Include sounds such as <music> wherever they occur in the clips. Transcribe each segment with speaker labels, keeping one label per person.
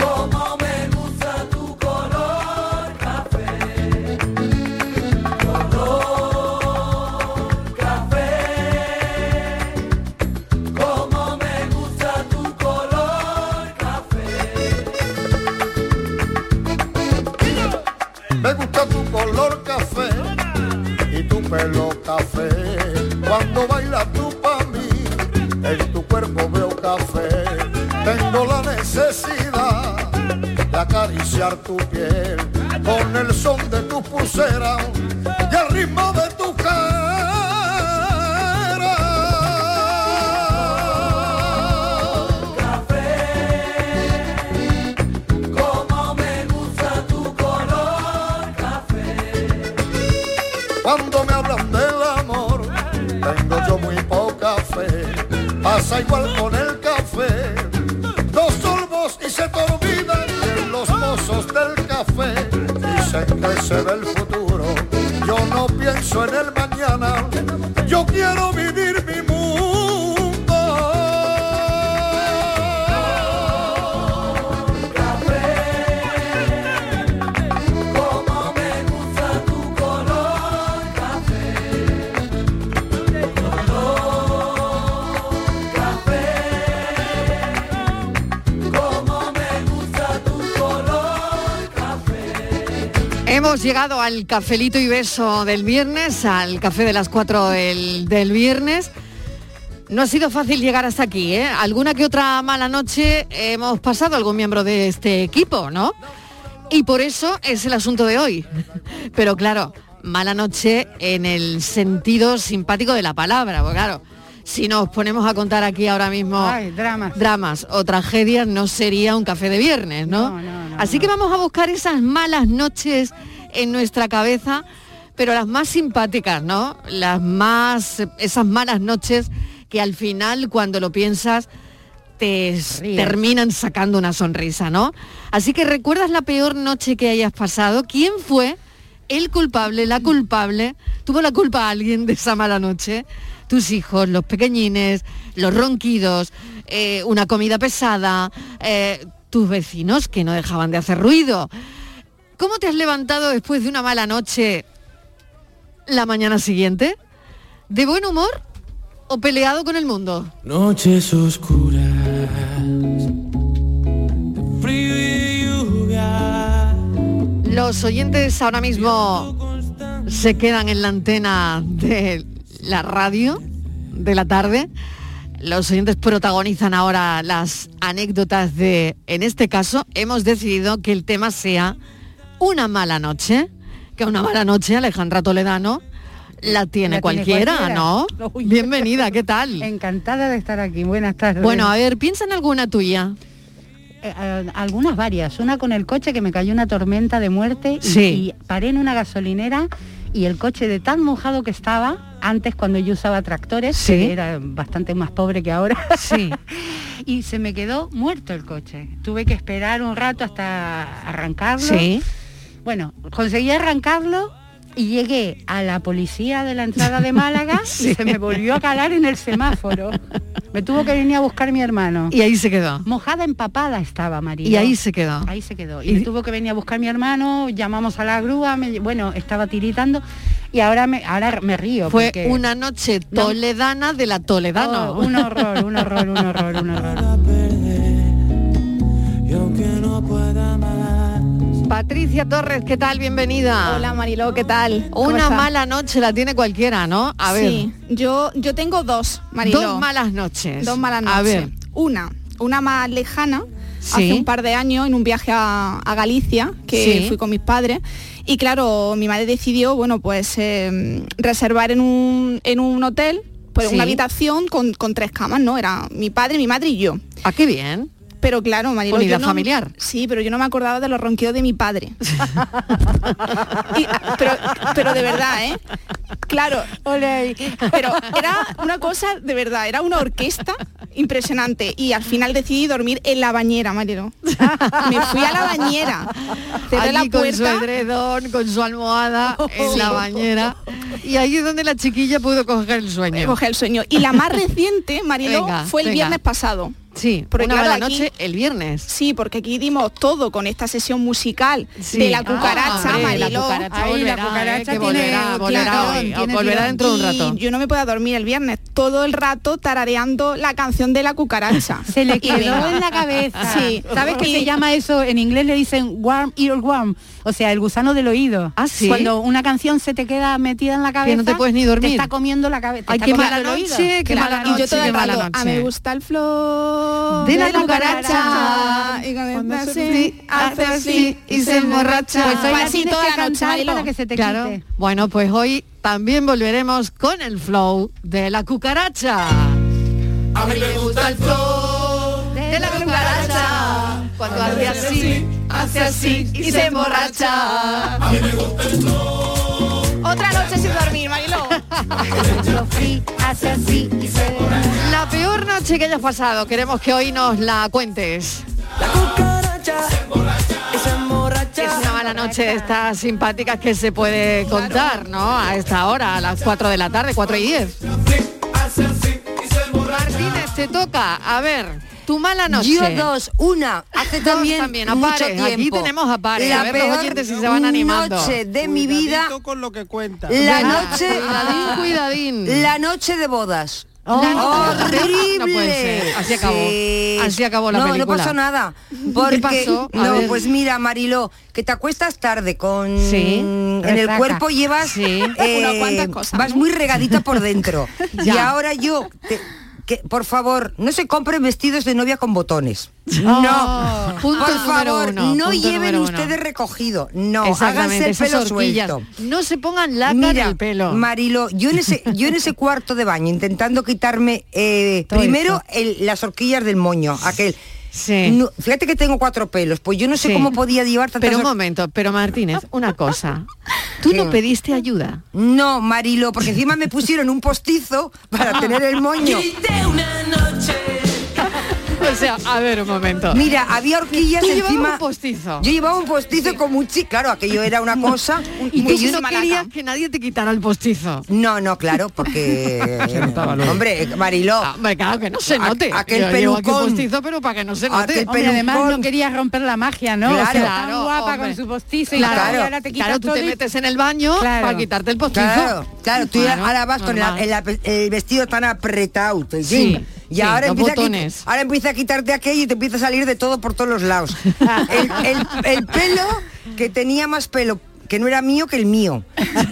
Speaker 1: Como me gusta tu color café, color café. Como me gusta tu color
Speaker 2: Me gusta tu color café y tu pelo café. Cuando bailas tú pa' mí, en tu cuerpo veo café. Tengo la necesidad de acariciar tu piel con el son de tu pulsera y el ritmo de tu
Speaker 1: Como me gusta tu color
Speaker 2: Cuando me hablan del amor, tengo yo muy poca fe. Pasa igual con el café. Dos sorbos y se te olvidan de los mozos del café. Dicen que se ve el futuro. Yo no pienso en el mañana. Yo quiero vivir mi mundo.
Speaker 1: Como me gusta tu color café, color café. Como me gusta tu color café.
Speaker 3: Hemos llegado al cafelito y beso del viernes, al café de las 4 del, del viernes. No ha sido fácil llegar hasta aquí, ¿eh? Alguna que otra mala noche hemos pasado algún miembro de este equipo, ¿no? Y por eso es el asunto de hoy. Pero claro, mala noche en el sentido simpático de la palabra, porque claro, si nos ponemos a contar aquí ahora mismo dramas. o tragedias, no sería un café de viernes, ¿no? Así que vamos a buscar esas malas noches en nuestra cabeza, pero las más simpáticas, ¿no? Las más, esas malas noches que al final cuando lo piensas te s-
Speaker 4: Ríes.
Speaker 3: terminan sacando una sonrisa, ¿no? Así que recuerdas la peor noche que hayas pasado, ¿quién fue el culpable, la culpable? ¿Tuvo la culpa alguien de esa mala noche? Tus hijos, los pequeñines, los ronquidos, eh, una comida pesada, eh, tus vecinos que no dejaban de hacer ruido. ¿Cómo te has levantado después de una mala noche la mañana siguiente? ¿De buen humor o peleado con el mundo?
Speaker 5: Noches oscuras, frío y lluvia.
Speaker 3: Los oyentes ahora mismo se quedan en la antena de la radio de la tarde. Los oyentes protagonizan ahora las anécdotas de, en este caso, hemos decidido que el tema sea una mala noche, que una mala noche Alejandra Toledano la tiene,
Speaker 6: La tiene
Speaker 3: cualquiera,
Speaker 6: cualquiera. <laughs>
Speaker 3: ¿no?
Speaker 6: Uy.
Speaker 3: Bienvenida, ¿qué tal?
Speaker 6: <laughs> Encantada de estar aquí. Buenas tardes.
Speaker 3: Bueno, a ver, piensa en alguna tuya.
Speaker 6: Eh, a- algunas varias. Una con el coche que me cayó una tormenta de muerte y,
Speaker 3: Sí.
Speaker 6: y paré en una gasolinera y el coche de tan mojado que estaba, antes cuando yo usaba tractores,
Speaker 3: Sí.
Speaker 6: que era bastante más pobre que ahora,
Speaker 3: sí.
Speaker 6: <laughs> y se me quedó muerto el coche. Tuve que esperar un rato hasta arrancarlo.
Speaker 3: Sí.
Speaker 6: Bueno, conseguí arrancarlo y llegué a la policía de la entrada
Speaker 3: <laughs>
Speaker 6: de Málaga
Speaker 3: Sí.
Speaker 6: y se me volvió a calar en el semáforo. Me tuvo que venir a buscar mi hermano.
Speaker 3: Y ahí se quedó.
Speaker 6: Mojada, empapada estaba María.
Speaker 3: Y ahí se quedó.
Speaker 6: Ahí se quedó. Y,
Speaker 3: Y-
Speaker 6: me tuvo que venir a buscar mi hermano, llamamos a la grúa, me lle- bueno, estaba tiritando y ahora me, ahora me río.
Speaker 3: Fue
Speaker 6: porque-
Speaker 3: una noche toledana de la Toledano.
Speaker 6: Oh, un horror, un horror, un horror, un horror.
Speaker 5: Y aunque no pueda más,
Speaker 3: Patricia Torres, ¿qué tal? Bienvenida.
Speaker 7: Hola Mariló, ¿qué tal? ¿Cómo
Speaker 3: Una
Speaker 7: está?
Speaker 3: mala noche la tiene cualquiera, ¿no? A ver.
Speaker 7: Sí, yo, yo tengo dos, Mariló.
Speaker 3: Dos malas noches.
Speaker 7: Dos malas noches.
Speaker 3: A ver.
Speaker 7: Una, una más lejana,
Speaker 3: Sí.
Speaker 7: hace un par de años en un viaje a, a Galicia, que
Speaker 3: Sí.
Speaker 7: fui con mis padres. Y claro, mi madre decidió, bueno, pues eh, reservar en un, en un hotel, pues
Speaker 3: Sí.
Speaker 7: una habitación con, con tres camas, ¿no? Era mi padre, mi madre y yo.
Speaker 3: Ah, qué bien.
Speaker 7: Pero claro, Mariló,
Speaker 3: Unidad
Speaker 7: yo no-
Speaker 3: familiar.
Speaker 7: Sí, pero yo no me acordaba de los ronquidos de
Speaker 3: <laughs>
Speaker 7: mi padre. Y- pero, pero de verdad, ¿eh? Claro. Pero era una cosa de verdad, era una orquesta impresionante. Y al final decidí dormir en la bañera, Marilo. Me fui a la bañera. Cerré la
Speaker 3: Allí con su
Speaker 7: puerta.
Speaker 3: edredón, con su almohada en la bañera. Oh. Y ahí es donde la chiquilla pudo coger el sueño.
Speaker 7: Coger el sueño. Y la más reciente, Marilo,
Speaker 3: Venga,
Speaker 7: fue el
Speaker 3: venga.
Speaker 7: viernes pasado.
Speaker 3: Sí,
Speaker 7: Porque
Speaker 3: una
Speaker 7: claro,
Speaker 3: de la
Speaker 7: aquí-
Speaker 3: noche el viernes.
Speaker 7: Sí, porque aquí dimos todo con esta sesión musical
Speaker 3: Sí.
Speaker 7: de la
Speaker 3: Ah,
Speaker 7: cucaracha,
Speaker 3: hombre, la
Speaker 7: Mariló.
Speaker 3: cucaracha
Speaker 6: Ahí la
Speaker 3: volverá,
Speaker 6: cucaracha
Speaker 3: eh, que
Speaker 6: tiene
Speaker 3: volverá, volverá,
Speaker 6: tirón,
Speaker 3: hoy, o
Speaker 6: tiene
Speaker 3: volverá
Speaker 6: tirón.
Speaker 3: dentro de un
Speaker 7: Y
Speaker 3: rato.
Speaker 7: yo no me puedo dormir el viernes todo el rato tarareando la canción de la cucaracha.
Speaker 6: <laughs> Se le
Speaker 7: Y
Speaker 6: quedó
Speaker 7: venga.
Speaker 6: en la cabeza.
Speaker 7: Sí.
Speaker 6: ¿Sabes qué
Speaker 7: Y-
Speaker 6: se llama eso? En inglés le dicen warm earworm, o sea, el gusano del oído.
Speaker 3: Ah, ¿sí?
Speaker 6: Cuando una canción se te queda metida en la cabeza,
Speaker 3: no te puedes ni dormir.
Speaker 6: Te está comiendo la cabeza. te
Speaker 3: Ay,
Speaker 6: está
Speaker 3: qué
Speaker 6: comiendo
Speaker 3: mala
Speaker 6: el oído.
Speaker 3: noche, qué
Speaker 6: Claro,
Speaker 3: mala
Speaker 7: Y
Speaker 3: noche,
Speaker 7: yo todo
Speaker 3: qué
Speaker 7: el
Speaker 3: mala
Speaker 7: rato,
Speaker 3: noche.
Speaker 7: "Ah, me gusta el flor
Speaker 3: De la cucaracha.
Speaker 7: Y cuando
Speaker 3: Cuando
Speaker 7: está
Speaker 3: se-
Speaker 7: así,
Speaker 3: sí,
Speaker 7: hace así y se emborracha.
Speaker 6: Pues hoy
Speaker 7: Fue
Speaker 6: la
Speaker 7: así
Speaker 6: tienes
Speaker 7: toda
Speaker 6: que
Speaker 7: la noche,
Speaker 6: cantar
Speaker 7: Mariló.
Speaker 6: para que se te
Speaker 3: Claro.
Speaker 6: quite.
Speaker 3: Bueno, pues hoy también volveremos con el flow de la cucaracha.
Speaker 1: A mí me gusta el flow.
Speaker 3: De la cucaracha. Cuando hace así, hace así y se emborracha.
Speaker 1: A mí me gusta el flow.
Speaker 7: Otra noche sin
Speaker 8: <laughs>
Speaker 7: dormir, Mariló.
Speaker 3: La peor noche que hayas pasado, queremos que hoy nos la cuentes.
Speaker 5: La cucaracha se emborracha.
Speaker 3: Es una mala noche de estas simpáticas que se puede contar, ¿no? A esta hora, a las 4 de la tarde, 4 y 10.
Speaker 1: Hace así y se emborracha.
Speaker 3: Martínez, te toca. A ver, tu mala noche.
Speaker 4: Yo dos, una, hace
Speaker 3: Dos
Speaker 4: también,
Speaker 3: también, a
Speaker 4: mucho
Speaker 3: pares. Aquí
Speaker 4: tiempo.
Speaker 3: tenemos a pares,
Speaker 4: La
Speaker 3: a ver los
Speaker 4: peor
Speaker 3: oyentes si se van animando.
Speaker 4: noche de mi vida,
Speaker 9: con lo que cuenta.
Speaker 4: la
Speaker 3: Venga,
Speaker 4: noche,
Speaker 3: Cuidadín, cuidadín.
Speaker 4: la noche de bodas.
Speaker 3: La noche-
Speaker 4: Horrible.
Speaker 3: No puede ser. Así acabó.
Speaker 4: Sí.
Speaker 3: Así acabó la
Speaker 4: no,
Speaker 3: película.
Speaker 4: No pasó
Speaker 3: <laughs>
Speaker 4: nada. Porque,
Speaker 3: pasó? A
Speaker 4: No,
Speaker 3: ver.
Speaker 4: pues mira, Mariló, que te acuestas tarde con
Speaker 3: Sí,
Speaker 4: en el
Speaker 6: resaca.
Speaker 4: cuerpo llevas eh,
Speaker 3: Sí.
Speaker 7: Unas cuantas cosas,
Speaker 4: Vas
Speaker 7: ¿no?
Speaker 4: muy regadita por dentro. y
Speaker 3: <laughs> Ya.
Speaker 4: ahora yo te- que, por favor, no se compren vestidos de novia con botones.
Speaker 3: No. Oh. Punto
Speaker 4: por
Speaker 3: número
Speaker 4: favor,
Speaker 3: uno,
Speaker 4: no
Speaker 3: punto
Speaker 4: lleven
Speaker 3: número uno.
Speaker 4: ustedes recogido. No, háganse
Speaker 3: Exactamente,
Speaker 4: el
Speaker 3: esas
Speaker 4: pelo
Speaker 3: horquillas.
Speaker 4: suelto.
Speaker 3: No se pongan laca en el pelo.
Speaker 4: Marilo, yo en ese, yo en
Speaker 3: <laughs>
Speaker 4: ese cuarto de baño intentando quitarme eh,
Speaker 3: Todo
Speaker 4: primero
Speaker 3: esto.
Speaker 4: el- las horquillas del moño, aquel.
Speaker 3: Sí.
Speaker 4: No, fíjate que tengo cuatro pelos, pues yo no sé
Speaker 3: Sí.
Speaker 4: cómo podía llevar tantas
Speaker 3: Pero un
Speaker 4: hor-
Speaker 3: momento, pero Martínez,
Speaker 4: <laughs>
Speaker 3: una cosa. Tú no
Speaker 4: ¿Qué?
Speaker 3: pediste ayuda.
Speaker 4: No, Marilo, porque encima me pusieron un postizo
Speaker 3: <laughs>
Speaker 4: para tener el moño.
Speaker 1: Grité una noche.
Speaker 3: O sea, a ver un momento.
Speaker 4: Mira, había horquillas
Speaker 3: Tú llevabas
Speaker 4: encima.
Speaker 3: un postizo.
Speaker 4: Yo llevaba un postizo como un chico, claro, aquello era
Speaker 3: <laughs>
Speaker 4: una cosa.
Speaker 3: Y
Speaker 4: que
Speaker 3: tú
Speaker 4: yo-
Speaker 3: no querías que nadie te quitara el postizo.
Speaker 4: No, no, claro,
Speaker 3: <laughs>
Speaker 4: porque hombre, Mariló,
Speaker 3: Ah, hombre, claro que no se note.
Speaker 4: A- aquel
Speaker 3: Yo llevo aquí
Speaker 4: pelucón.
Speaker 3: un postizo, pero para que no se note.
Speaker 4: Aquel
Speaker 6: Hombre,
Speaker 4: Pero
Speaker 6: además
Speaker 4: por-
Speaker 6: no quería romper la magia, ¿no?
Speaker 4: Claro.
Speaker 6: o sea,
Speaker 3: Claro,
Speaker 6: tan guapa
Speaker 3: hombre.
Speaker 6: con su postizo y,
Speaker 4: Claro.
Speaker 6: tal, y ahora te quitas
Speaker 3: claro, tú te
Speaker 6: todo y-
Speaker 3: metes en el baño
Speaker 6: Claro.
Speaker 3: para quitarte el postizo.
Speaker 4: Claro, claro, tú ya
Speaker 3: Claro,
Speaker 4: ahora vas con la-
Speaker 3: normal.
Speaker 4: el, ape- el vestido tan apretado, te-
Speaker 3: Sí,
Speaker 4: y
Speaker 3: sí,
Speaker 4: ahora,
Speaker 3: los
Speaker 4: empieza a quit-
Speaker 3: botones.
Speaker 4: ahora empieza a quitarte aquello y te empieza a salir de todo por todos los lados. el, el- el pelo, que tenía más pelo que no era mío que el mío.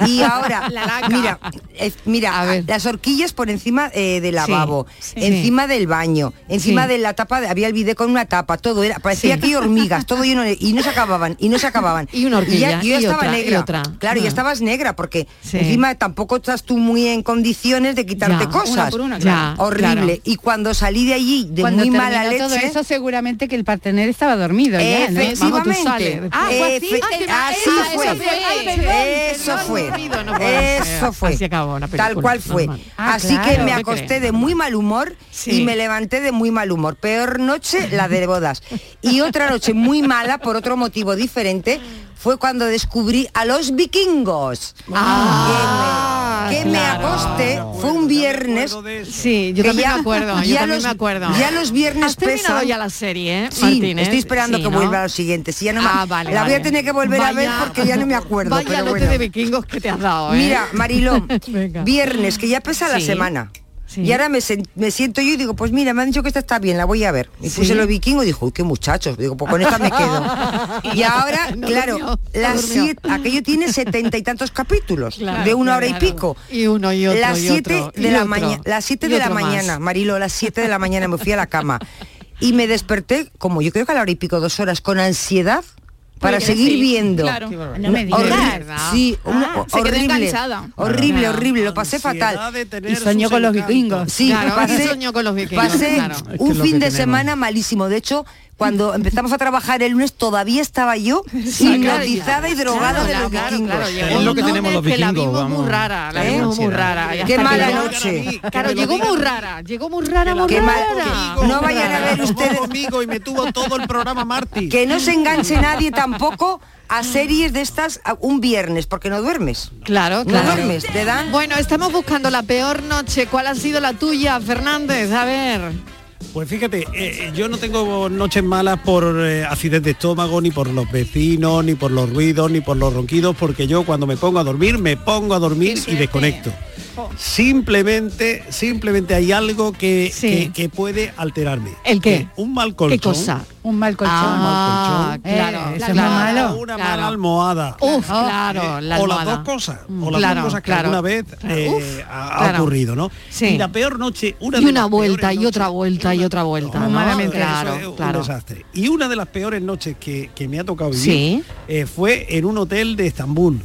Speaker 4: Y ahora,
Speaker 3: <laughs>
Speaker 4: mira, eh, mira,
Speaker 3: A ver.
Speaker 4: las horquillas por encima eh, del
Speaker 3: Sí,
Speaker 4: lavabo,
Speaker 3: sí.
Speaker 4: encima del baño, encima
Speaker 3: Sí.
Speaker 4: de la tapa, de- había el bidé con una tapa, todo era, parecía
Speaker 3: Sí.
Speaker 4: que hay hormigas, todo lleno de- y no se acababan, y no se acababan.
Speaker 3: <laughs> Y una
Speaker 4: ya-
Speaker 3: horquilla,
Speaker 4: yo ya
Speaker 3: y
Speaker 4: estaba
Speaker 3: otra, y
Speaker 4: negra.
Speaker 3: otra.
Speaker 4: Claro,
Speaker 3: Ah.
Speaker 4: ya estaba estabas negra porque
Speaker 3: Sí.
Speaker 4: encima tampoco estás tú muy en condiciones de quitarte
Speaker 3: Ya,
Speaker 4: cosas.
Speaker 7: una por una,
Speaker 3: Ya, claro.
Speaker 4: Horrible. Y cuando salí de allí de
Speaker 6: Cuando
Speaker 4: muy mala leche,
Speaker 6: terminó todo eso seguramente que el partener estaba dormido ya, ¿no?
Speaker 3: Efecti- Vamos, tú sales
Speaker 4: efectivamente.
Speaker 3: después. Ah,
Speaker 6: fue así.
Speaker 4: Efe-
Speaker 6: Ah, que va-
Speaker 4: así
Speaker 6: ah, eso
Speaker 4: fue.
Speaker 6: fue. Ay, perdón,
Speaker 4: Eso
Speaker 3: perdón,
Speaker 4: fue.
Speaker 3: olvido, no puede ser.
Speaker 4: Eso fue.
Speaker 3: Así acabó la película,
Speaker 4: Tal cual fue.
Speaker 3: normal.
Speaker 6: Ah,
Speaker 4: así que
Speaker 6: claro.
Speaker 4: me
Speaker 3: No te
Speaker 4: acosté
Speaker 3: creo.
Speaker 4: de muy mal humor
Speaker 3: Sí.
Speaker 4: y me levanté de muy mal humor. Peor noche la de bodas. Y otra noche muy mala por otro motivo diferente fue cuando descubrí a los vikingos.
Speaker 3: Ah,
Speaker 4: que me, que me
Speaker 3: claro.
Speaker 4: acosté fue un viernes.
Speaker 3: Sí, yo
Speaker 4: que
Speaker 3: también
Speaker 4: ya-
Speaker 3: me acuerdo, <laughs> yo
Speaker 4: ya
Speaker 3: también
Speaker 4: los-
Speaker 3: me acuerdo.
Speaker 4: Ya los viernes
Speaker 3: ¿Has terminado
Speaker 4: pesan.
Speaker 3: ya la serie, eh,
Speaker 4: Sí,
Speaker 3: Martínez?
Speaker 4: estoy esperando
Speaker 3: Sí,
Speaker 4: que
Speaker 3: ¿no?
Speaker 4: vuelva a los siguientes. Ya no me-
Speaker 3: Ah, vale,
Speaker 4: la voy a
Speaker 3: vale.
Speaker 4: tener que volver a ver
Speaker 3: Vaya-
Speaker 4: porque ya no me acuerdo.
Speaker 3: Vaya
Speaker 4: pero
Speaker 3: lote
Speaker 4: bueno.
Speaker 3: de vikingos que te has dado, ¿eh?
Speaker 4: Mira, Marilón,
Speaker 3: <laughs> Venga.
Speaker 4: viernes, que ya pesa la
Speaker 3: Sí,
Speaker 4: semana.
Speaker 3: sí.
Speaker 4: Y ahora me, sen- me siento yo y digo, pues mira, me han dicho que esta está bien, la voy a ver. Y
Speaker 3: Sí.
Speaker 4: puse los vikingos y dijo, uy, qué muchachos. Digo, pues con esta
Speaker 3: <laughs>
Speaker 4: me quedo. Y ahora,
Speaker 3: No
Speaker 4: claro,
Speaker 3: durmió, no
Speaker 4: las
Speaker 3: durmió.
Speaker 4: siete- aquello tiene setenta y tantos capítulos,
Speaker 3: Claro,
Speaker 4: de una hora
Speaker 3: claro.
Speaker 4: y pico.
Speaker 3: Y uno y otro.
Speaker 4: Las
Speaker 3: y
Speaker 4: 7
Speaker 3: otro,
Speaker 4: de,
Speaker 3: y
Speaker 4: la
Speaker 3: otro,
Speaker 4: maña- las siete
Speaker 3: y
Speaker 4: de la
Speaker 3: otro más.
Speaker 4: mañana, Marilo, las 7 de la mañana me fui a la cama y me desperté, como yo creo que a la hora y pico, dos horas, con ansiedad para
Speaker 7: Porque
Speaker 4: seguir
Speaker 7: sí,
Speaker 4: viendo.
Speaker 7: claro.
Speaker 6: No me digas.
Speaker 4: Horrible,
Speaker 3: ¿Verdad?
Speaker 4: sí, una-
Speaker 7: Ah, se quedó
Speaker 4: horrible,
Speaker 7: enganchada.
Speaker 4: horrible,
Speaker 3: Claro.
Speaker 4: horrible, lo pasé fatal.
Speaker 6: Y soñó con los vikingos.
Speaker 4: Sí,
Speaker 3: Claro,
Speaker 4: pasé,
Speaker 3: y soñó con los vikingos,
Speaker 4: pasé
Speaker 3: claro.
Speaker 9: Es que
Speaker 4: un
Speaker 9: es lo
Speaker 4: fin
Speaker 9: que
Speaker 4: de
Speaker 9: tenemos.
Speaker 4: semana malísimo. De hecho, <laughs> cuando empezamos a trabajar el lunes todavía estaba yo
Speaker 3: Sí,
Speaker 4: hipnotizada
Speaker 3: claro,
Speaker 4: y drogada
Speaker 3: claro,
Speaker 4: de los
Speaker 3: claro,
Speaker 4: vikingos.
Speaker 3: claro, llegó
Speaker 9: Es lo que
Speaker 3: un
Speaker 9: tenemos los
Speaker 3: lunes que la
Speaker 9: vikingos,
Speaker 3: vimos muy
Speaker 9: vamos.
Speaker 3: rara, la
Speaker 4: ¿Eh?
Speaker 3: vimos Mm. muy
Speaker 9: Ansiedad.
Speaker 3: rara. y
Speaker 4: Qué
Speaker 3: hasta
Speaker 4: mala
Speaker 3: que llegó-
Speaker 4: noche.
Speaker 3: Claro, llegó muy rara, llegó muy rara, muy
Speaker 4: Qué mal-
Speaker 3: rara.
Speaker 4: Digo, No vayan a ver
Speaker 9: Jugó
Speaker 4: ustedes-
Speaker 9: conmigo y me tuvo todo el programa Marti.
Speaker 4: Que no se enganche nadie tampoco a series de estas a- un viernes, porque no duermes.
Speaker 3: Claro,
Speaker 4: No
Speaker 3: claro.
Speaker 4: duermes, te dan...
Speaker 3: Bueno, estamos buscando la peor noche. ¿Cuál ha sido la tuya, Fernández? A ver.
Speaker 9: Pues fíjate, eh, eh, yo no tengo noches malas por eh, acidez de estómago, ni por los vecinos, ni por los ruidos, ni por los ronquidos, porque yo cuando me pongo a dormir, me pongo a dormir y desconecto.
Speaker 3: Oh.
Speaker 9: Simplemente, simplemente hay algo que,
Speaker 3: Sí.
Speaker 9: que- que puede alterarme.
Speaker 3: ¿El qué?
Speaker 9: Que Un mal colchón.
Speaker 3: ¿Qué cosa?
Speaker 6: Un mal colchón.
Speaker 3: Ah,
Speaker 6: Eh,
Speaker 3: claro,
Speaker 6: eso es
Speaker 3: claro.
Speaker 6: más malo.
Speaker 9: Una
Speaker 3: Claro.
Speaker 9: mala almohada.
Speaker 3: Uf, claro,
Speaker 9: Eh,
Speaker 3: la
Speaker 9: o las
Speaker 3: almohada. Mm,
Speaker 9: dos cosas o las
Speaker 3: Claro,
Speaker 9: dos cosas que
Speaker 3: claro.
Speaker 9: alguna vez eh,
Speaker 3: Uf,
Speaker 9: ha, ha
Speaker 3: claro.
Speaker 9: ocurrido no
Speaker 3: Sí.
Speaker 9: y la peor noche una
Speaker 3: Y
Speaker 9: de
Speaker 3: una
Speaker 9: las
Speaker 3: vuelta,
Speaker 9: peores
Speaker 3: y otra
Speaker 9: noches-
Speaker 3: vuelta, y
Speaker 9: una-
Speaker 3: otra vuelta,
Speaker 6: ¿no? Humanamente,
Speaker 3: Claro,
Speaker 9: eso es un
Speaker 3: claro.
Speaker 9: desastre y una de las peores noches que, que me ha tocado vivir
Speaker 3: Sí.
Speaker 9: eh, fue en un hotel de Estambul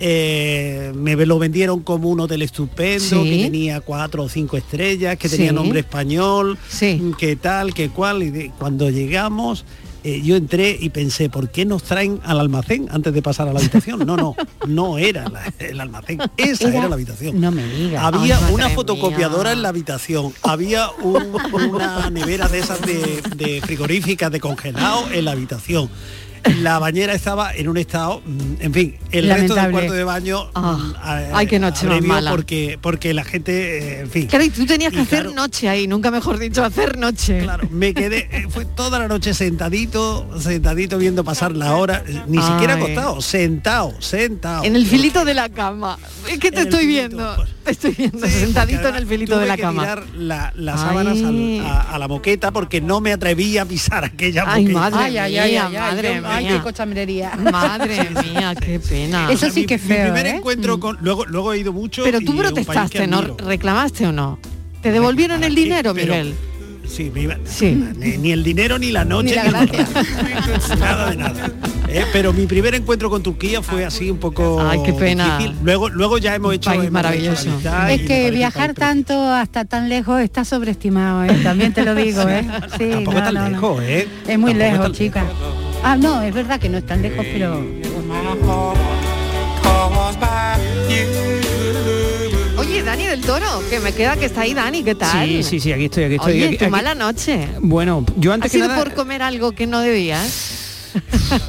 Speaker 9: Eh, me lo vendieron como un hotel estupendo
Speaker 3: Sí.
Speaker 9: que tenía cuatro o cinco estrellas que
Speaker 3: Sí.
Speaker 9: tenía nombre español
Speaker 3: Sí.
Speaker 9: qué tal qué cual y de- cuando llegamos eh, yo entré y pensé, ¿por qué nos traen al almacén antes de pasar a la habitación? No, no, no era la- el almacén,
Speaker 3: <laughs>
Speaker 9: esa era,
Speaker 6: Era-
Speaker 9: la habitación.
Speaker 6: no me digas.
Speaker 9: Había
Speaker 3: Ay, madre
Speaker 9: una fotocopiadora
Speaker 3: mía.
Speaker 9: en la habitación, había un- una nevera de esas de, de frigoríficas, de congelado en la habitación. La bañera estaba en un estado, mm, en fin, el resto del
Speaker 6: Lamentable.
Speaker 9: cuarto de baño.
Speaker 3: Ah,
Speaker 9: mm, a-
Speaker 3: ay, qué noche más
Speaker 9: abrevio
Speaker 3: mala.
Speaker 9: Porque, porque la gente, eh, en fin.
Speaker 3: Claro, y tú tenías que
Speaker 9: Y
Speaker 3: hacer
Speaker 9: claro,
Speaker 3: noche ahí, nunca mejor dicho, hacer noche.
Speaker 9: Claro, me quedé, eh, fue toda la noche sentadito, sentadito viendo pasar la hora, eh, ni siquiera
Speaker 3: Ay.
Speaker 9: acostado, sentado, sentado.
Speaker 3: En el filito de la cama. Es que te
Speaker 9: En el
Speaker 3: estoy
Speaker 9: filito,
Speaker 3: viendo.
Speaker 9: pues.
Speaker 3: Te estoy viendo
Speaker 9: Sí,
Speaker 3: sentadito
Speaker 9: porque
Speaker 3: en el filito de
Speaker 9: tuve
Speaker 3: la
Speaker 9: que
Speaker 3: cama.
Speaker 9: tirar la- las sábanas
Speaker 3: Ay.
Speaker 9: al- a, a la moqueta porque no me atreví a pisar aquella
Speaker 3: Ay,
Speaker 9: moqueta.
Speaker 3: madre
Speaker 6: Ay, ay, ay,
Speaker 3: mía,
Speaker 6: ay, ay,
Speaker 3: madre
Speaker 6: yo- ay,
Speaker 3: mía.
Speaker 6: qué cochambrería. <laughs>
Speaker 3: Madre mía, qué pena.
Speaker 6: Eso
Speaker 9: O sea,
Speaker 6: sí
Speaker 9: mi-
Speaker 6: que es feo,
Speaker 9: Mi primer
Speaker 6: ¿eh?
Speaker 9: encuentro con luego luego he ido mucho
Speaker 3: Pero
Speaker 9: y
Speaker 3: tú
Speaker 9: es un país que
Speaker 3: protestaste, ¿no?
Speaker 9: admiro.
Speaker 3: ¿Reclamaste o no? ¿Te devolvieron el
Speaker 9: Aquí,
Speaker 3: dinero,
Speaker 9: pero-
Speaker 3: Miguel?
Speaker 9: Sí, me iba-
Speaker 3: Sí.
Speaker 9: Ni, ni el dinero, ni la noche, ni, el regalo. nada de nada. Eh, pero mi primer encuentro con Turquía fue así un poco
Speaker 3: Ay, qué pena.
Speaker 9: difícil. Luego, luego ya hemos hecho...
Speaker 3: país
Speaker 9: hemos hecho
Speaker 3: maravilloso.
Speaker 9: la amistad y
Speaker 6: es
Speaker 9: me parece
Speaker 6: que
Speaker 9: un
Speaker 6: viajar
Speaker 9: país precioso.
Speaker 6: tanto hasta tan lejos está sobreestimado, ¿eh? también te lo digo,
Speaker 10: <laughs>
Speaker 6: ¿eh? Sí,
Speaker 9: Tampoco
Speaker 6: no,
Speaker 9: tan
Speaker 6: no, no.
Speaker 9: lejos, ¿eh?
Speaker 6: Es muy
Speaker 9: Tampoco
Speaker 6: lejos,
Speaker 9: tan
Speaker 6: chica. Ah, no, es verdad que no es tan
Speaker 10: Eh,
Speaker 6: lejos, pero
Speaker 3: Ah, Oye, Dani del Toro, que me queda que está ahí Dani, ¿qué tal?
Speaker 10: Sí, sí, sí, aquí estoy, aquí estoy.
Speaker 3: Oye,
Speaker 10: aquí-
Speaker 3: tu
Speaker 10: aquí-
Speaker 3: mala noche.
Speaker 10: Bueno, yo
Speaker 3: Ha
Speaker 10: antes que
Speaker 3: sido
Speaker 10: nada,
Speaker 3: por comer algo que no debías.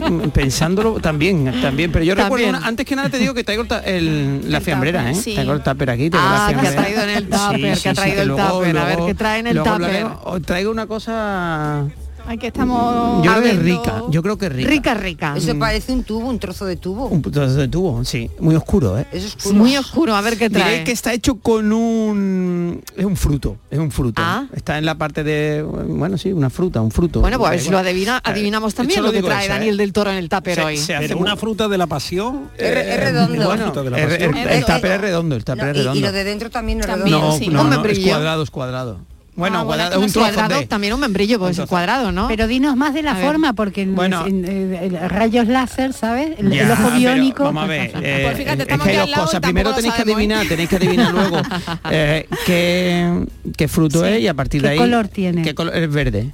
Speaker 10: mm, pensándolo también, también, pero yo recuerdo,
Speaker 3: También.
Speaker 10: una- antes que nada te digo que traigo el ta- el- la fiambrera, ¿eh?
Speaker 7: tupper, sí.
Speaker 10: Traigo el tupper aquí, traigo la
Speaker 3: Ah, que ha
Speaker 10: fiambrera.
Speaker 3: traído en el tupper, que ha traído el tupper. A ver, ¿qué trae en el
Speaker 10: luego
Speaker 3: tupper?
Speaker 10: hablaremos. Os traigo una cosa,
Speaker 7: Aquí estamos.
Speaker 10: yo creo que es
Speaker 7: abriendo-
Speaker 10: rica, yo creo que es rica.
Speaker 3: Rica, rica. Mm.
Speaker 4: Eso parece un tubo, un trozo de tubo.
Speaker 10: Un puto de tubo, sí, muy oscuro, ¿eh?
Speaker 4: Eso es
Speaker 3: Es Muy oscuro, a ver qué
Speaker 10: Diré
Speaker 3: trae.
Speaker 10: que está hecho con un... es un fruto, es un fruto.
Speaker 3: Ah.
Speaker 10: Está en la parte de... bueno, sí, una fruta, un fruto.
Speaker 3: Bueno, pues a ver si lo
Speaker 10: Bueno,
Speaker 3: adivina,
Speaker 10: eh,
Speaker 3: adivinamos
Speaker 10: yo
Speaker 3: también
Speaker 10: solo
Speaker 3: lo que
Speaker 10: digo
Speaker 3: trae
Speaker 10: eso, ¿eh?
Speaker 3: Daniel del Toro en el tupper
Speaker 10: Se-
Speaker 3: hoy.
Speaker 10: se hace
Speaker 9: Pero
Speaker 10: muy-
Speaker 9: una fruta de la pasión...
Speaker 4: Es re- es redondo.
Speaker 9: una fruta de la
Speaker 10: Es- es-
Speaker 9: pasión.
Speaker 10: el, tupper es redondo, el tupper
Speaker 4: No,
Speaker 10: es
Speaker 4: y-
Speaker 10: redondo.
Speaker 4: Y, lo de dentro también es
Speaker 7: También,
Speaker 4: redondo.
Speaker 10: no,
Speaker 7: sí.
Speaker 10: no,
Speaker 3: Un
Speaker 10: no, es
Speaker 3: membrillo.
Speaker 10: cuadrado, es cuadrado. Bueno,
Speaker 7: Ah, bueno,
Speaker 10: cuadrado,
Speaker 7: que no
Speaker 10: un
Speaker 7: es
Speaker 10: trozo
Speaker 3: cuadrado,
Speaker 10: de-
Speaker 3: también un membrillo, pues es
Speaker 10: Entonces,
Speaker 3: cuadrado, ¿no?
Speaker 6: pero dinos más de la
Speaker 3: A ver.
Speaker 6: forma porque en-
Speaker 10: Bueno.
Speaker 6: en- en- en- rayos láser, ¿sabes? El, el
Speaker 10: Ya, Ah,
Speaker 6: ojo
Speaker 10: pero
Speaker 6: biónico.
Speaker 10: Vamos a ver. eh,
Speaker 7: Pues fíjate,
Speaker 10: es
Speaker 7: estamos
Speaker 10: que hay
Speaker 7: aquí
Speaker 10: dos
Speaker 7: al lado y
Speaker 10: cosas.
Speaker 7: tampoco
Speaker 10: Primero
Speaker 7: lo
Speaker 10: tenéis que
Speaker 7: sabemos, ¿eh?
Speaker 10: adivinar, tenéis que adivinar luego eh, qué, qué fruto es y a partir
Speaker 6: ¿Qué
Speaker 10: de ahí.
Speaker 6: color tiene?
Speaker 10: ¿Qué color? Es verde.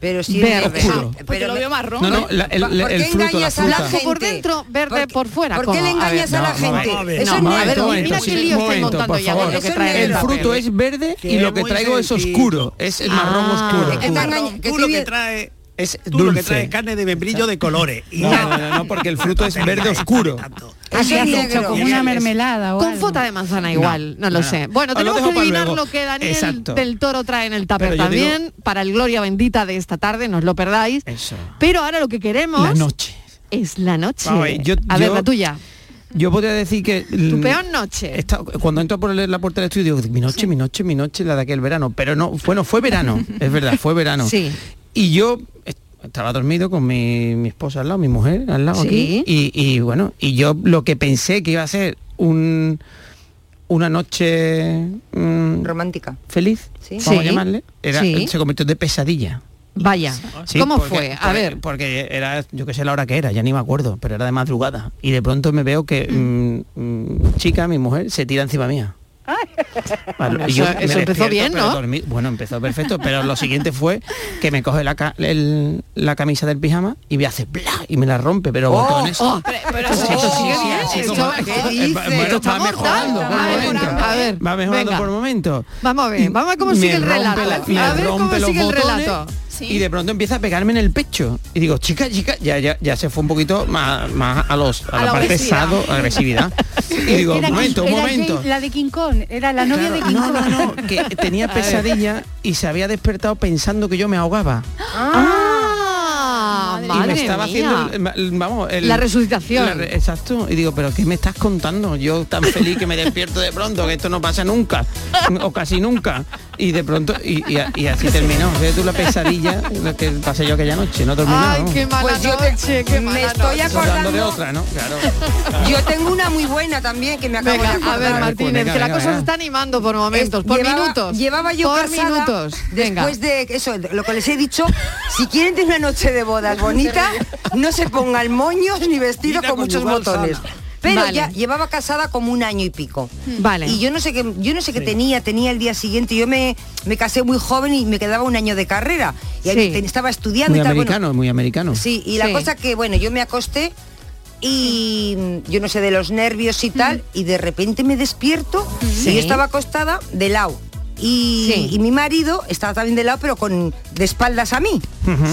Speaker 4: Pero sí
Speaker 3: Verde.
Speaker 4: es verde.
Speaker 10: Oscuro.
Speaker 4: Ah,
Speaker 7: Porque lo
Speaker 4: me-
Speaker 7: veo marrón.
Speaker 10: No, no, la- el,
Speaker 4: ¿Por
Speaker 10: el-
Speaker 4: qué
Speaker 10: el fruto, la
Speaker 4: engañas a la
Speaker 10: fruta.
Speaker 4: gente?
Speaker 3: por dentro, verde por fuera,
Speaker 4: ¿Por qué
Speaker 3: ¿cómo?
Speaker 4: le
Speaker 3: A
Speaker 4: engañas
Speaker 3: ver,
Speaker 4: a la
Speaker 10: no,
Speaker 4: gente?
Speaker 9: no, a ver,
Speaker 4: Eso
Speaker 10: no,
Speaker 4: es
Speaker 10: un
Speaker 4: negro.
Speaker 10: momento, un
Speaker 3: Mira
Speaker 10: momento,
Speaker 3: qué lío
Speaker 10: sí, un
Speaker 3: estáis
Speaker 10: momento,
Speaker 3: montando
Speaker 10: por
Speaker 3: ya con
Speaker 10: favor.
Speaker 3: lo que trae
Speaker 10: El
Speaker 3: el papel.
Speaker 10: fruto es verde y
Speaker 9: Que
Speaker 10: lo que
Speaker 9: muy
Speaker 10: traigo es
Speaker 9: sencillo.
Speaker 10: oscuro, es el marrón
Speaker 3: Ah.
Speaker 10: oscuro.
Speaker 4: Que te engaña-
Speaker 9: Marrón,
Speaker 4: que
Speaker 9: tú
Speaker 4: te
Speaker 9: lo que
Speaker 4: vi-
Speaker 9: trae
Speaker 10: Es
Speaker 9: tú lo que
Speaker 10: dulce.
Speaker 9: traes es carne de membrillo de colores. Y
Speaker 10: No,
Speaker 9: ya.
Speaker 10: no, no, no, porque el fruto
Speaker 9: <laughs>
Speaker 10: es verde oscuro.
Speaker 4: Eso es
Speaker 6: Has hecho
Speaker 4: negro.
Speaker 6: como una mermelada o
Speaker 3: Con
Speaker 6: algo.
Speaker 3: fota de manzana igual, no, lo
Speaker 10: no.
Speaker 3: sé. Bueno,
Speaker 10: Os lo
Speaker 3: tenemos que
Speaker 10: dejo para
Speaker 3: adivinar
Speaker 10: luego.
Speaker 3: lo que Daniel
Speaker 10: Exacto.
Speaker 3: del Toro trae en el tupper
Speaker 10: Pero yo
Speaker 3: también, para el Gloria Bendita de esta tarde, no os lo perdáis.
Speaker 10: Eso.
Speaker 3: Pero ahora lo que queremos
Speaker 10: La noche.
Speaker 3: es la noche.
Speaker 10: Vamos a ver, yo-
Speaker 3: a ver,
Speaker 10: yo-
Speaker 3: la tuya.
Speaker 10: Yo podría decir que...
Speaker 3: Tu peor noche.
Speaker 10: Esta- cuando entro por el- la puerta del estudio digo, mi noche, mi noche, mi noche, la de aquel verano. Pero no, bueno,
Speaker 3: <laughs>
Speaker 10: fue verano, es verdad, fue verano.
Speaker 3: Sí.
Speaker 10: Y yo est- estaba dormido con mi, mi esposa al lado, mi mujer al lado
Speaker 3: Sí.
Speaker 10: aquí. Y, y bueno, y yo lo que pensé que iba a ser un, una noche mm,
Speaker 4: Romántica.
Speaker 10: feliz,
Speaker 4: Sí.
Speaker 10: vamos a
Speaker 3: Sí.
Speaker 10: llamarle, era,
Speaker 3: Sí.
Speaker 10: se convirtió de pesadilla.
Speaker 3: Vaya,
Speaker 10: Sí,
Speaker 3: ¿cómo
Speaker 10: porque-
Speaker 3: fue? A
Speaker 10: porque-
Speaker 3: ver,
Speaker 10: Porque era, yo qué sé la hora que era, ya ni me acuerdo, pero era de mm, madrugada. Y de pronto me veo que mm, mm, chica, mi mujer, se tira encima mía.
Speaker 6: Ay,
Speaker 10: Bueno,
Speaker 3: Bueno,
Speaker 10: y yo
Speaker 3: eso-
Speaker 10: me
Speaker 3: eso empezó
Speaker 10: despierto,
Speaker 3: bien,
Speaker 10: pero
Speaker 3: ¿no?
Speaker 10: dormí- bueno, empezó perfecto, pero lo siguiente fue que me coge la, ca- el- la camisa del pijama y me hace bla y me la rompe, pero botones.
Speaker 3: Oh, Pero eso sigue bien.
Speaker 10: Esto-
Speaker 3: Esto-
Speaker 10: esto-
Speaker 3: ¿qué dices?
Speaker 10: eh, bueno,
Speaker 3: Esto está
Speaker 10: va
Speaker 3: mortal.
Speaker 10: mejorando por
Speaker 3: A ver,
Speaker 10: momento.
Speaker 3: a ver,
Speaker 10: Va mejorando
Speaker 3: venga.
Speaker 10: por momento.
Speaker 3: Vamos a ver, vamos a ver cómo
Speaker 10: Me
Speaker 3: sigue el
Speaker 10: rompe
Speaker 3: relato.
Speaker 10: la- me
Speaker 3: a ver cómo
Speaker 10: rompe los
Speaker 3: sigue el
Speaker 10: botones
Speaker 3: relato.
Speaker 10: Y de pronto empieza a pegarme en el pecho. Y digo, chica, chica, ya, ya, ya se fue un poquito más, más a los a,
Speaker 6: A
Speaker 10: la,
Speaker 6: la
Speaker 10: parte
Speaker 6: agresividad.
Speaker 10: sado,
Speaker 6: <laughs>
Speaker 10: agresividad. Y digo, un
Speaker 6: Era King-
Speaker 10: momento, un
Speaker 6: era
Speaker 10: momento.
Speaker 6: Jane, la de King Kong, era la novia de King Kong.
Speaker 10: No, no, no, que
Speaker 6: <laughs>
Speaker 10: tenía pesadilla y se había despertado pensando que yo me ahogaba.
Speaker 3: Ah,
Speaker 10: y me
Speaker 3: madre
Speaker 10: estaba
Speaker 3: mía.
Speaker 10: haciendo el- el- vamos, el-
Speaker 3: La resucitación.
Speaker 10: la re- exacto. Y digo, pero ¿qué me estás contando? Yo tan feliz que me despierto de pronto, que esto no pasa nunca, o casi nunca. Y de pronto, y, y- y así terminó. Fíjate tú la pesadilla que pasé yo aquella noche, no terminó.
Speaker 3: Ay,
Speaker 10: vamos.
Speaker 3: qué mala
Speaker 4: Pues yo te-
Speaker 3: noche, qué
Speaker 4: me
Speaker 3: mala
Speaker 4: estoy
Speaker 3: noche.
Speaker 4: acordando-
Speaker 10: Hablando de otra, ¿no? Claro.
Speaker 4: Yo tengo una muy buena también que me acabo
Speaker 3: Venga,
Speaker 4: de
Speaker 3: a
Speaker 4: acordar.
Speaker 3: ver, Martínez,
Speaker 10: venga,
Speaker 3: que la
Speaker 10: venga,
Speaker 3: cosa
Speaker 10: venga.
Speaker 3: se está animando por momentos, por
Speaker 4: Llevaba-
Speaker 3: minutos.
Speaker 4: Llevaba yo
Speaker 3: por
Speaker 4: casada,
Speaker 3: minutos. Venga.
Speaker 4: Después de eso, de lo que les he dicho, si quieren tener una noche de bodas bonita, no se pongan moños ni vestidos
Speaker 9: Vida
Speaker 4: con muchos
Speaker 9: conyugal
Speaker 4: botones.
Speaker 9: sana.
Speaker 4: Pero
Speaker 3: Vale. Mm.
Speaker 4: ya llevaba casada como un año y pico.
Speaker 3: Vale.
Speaker 4: Y yo no sé qué, yo no sé qué tenía, tenía el día siguiente. Yo me, me casé muy joven y me quedaba un año de carrera. Y ahí
Speaker 3: Sí.
Speaker 4: te- estaba estudiando
Speaker 10: Muy
Speaker 4: y tal. bueno,
Speaker 10: americano, muy americano.
Speaker 4: Sí, y la
Speaker 3: Sí.
Speaker 4: cosa que, bueno, yo me acosté y mm, yo no sé, de los nervios y tal, y de repente me despierto
Speaker 3: Sí.
Speaker 4: y yo estaba acostada de lado. Y,
Speaker 3: Sí.
Speaker 4: y mi marido estaba también de lado, pero con de espaldas a mí.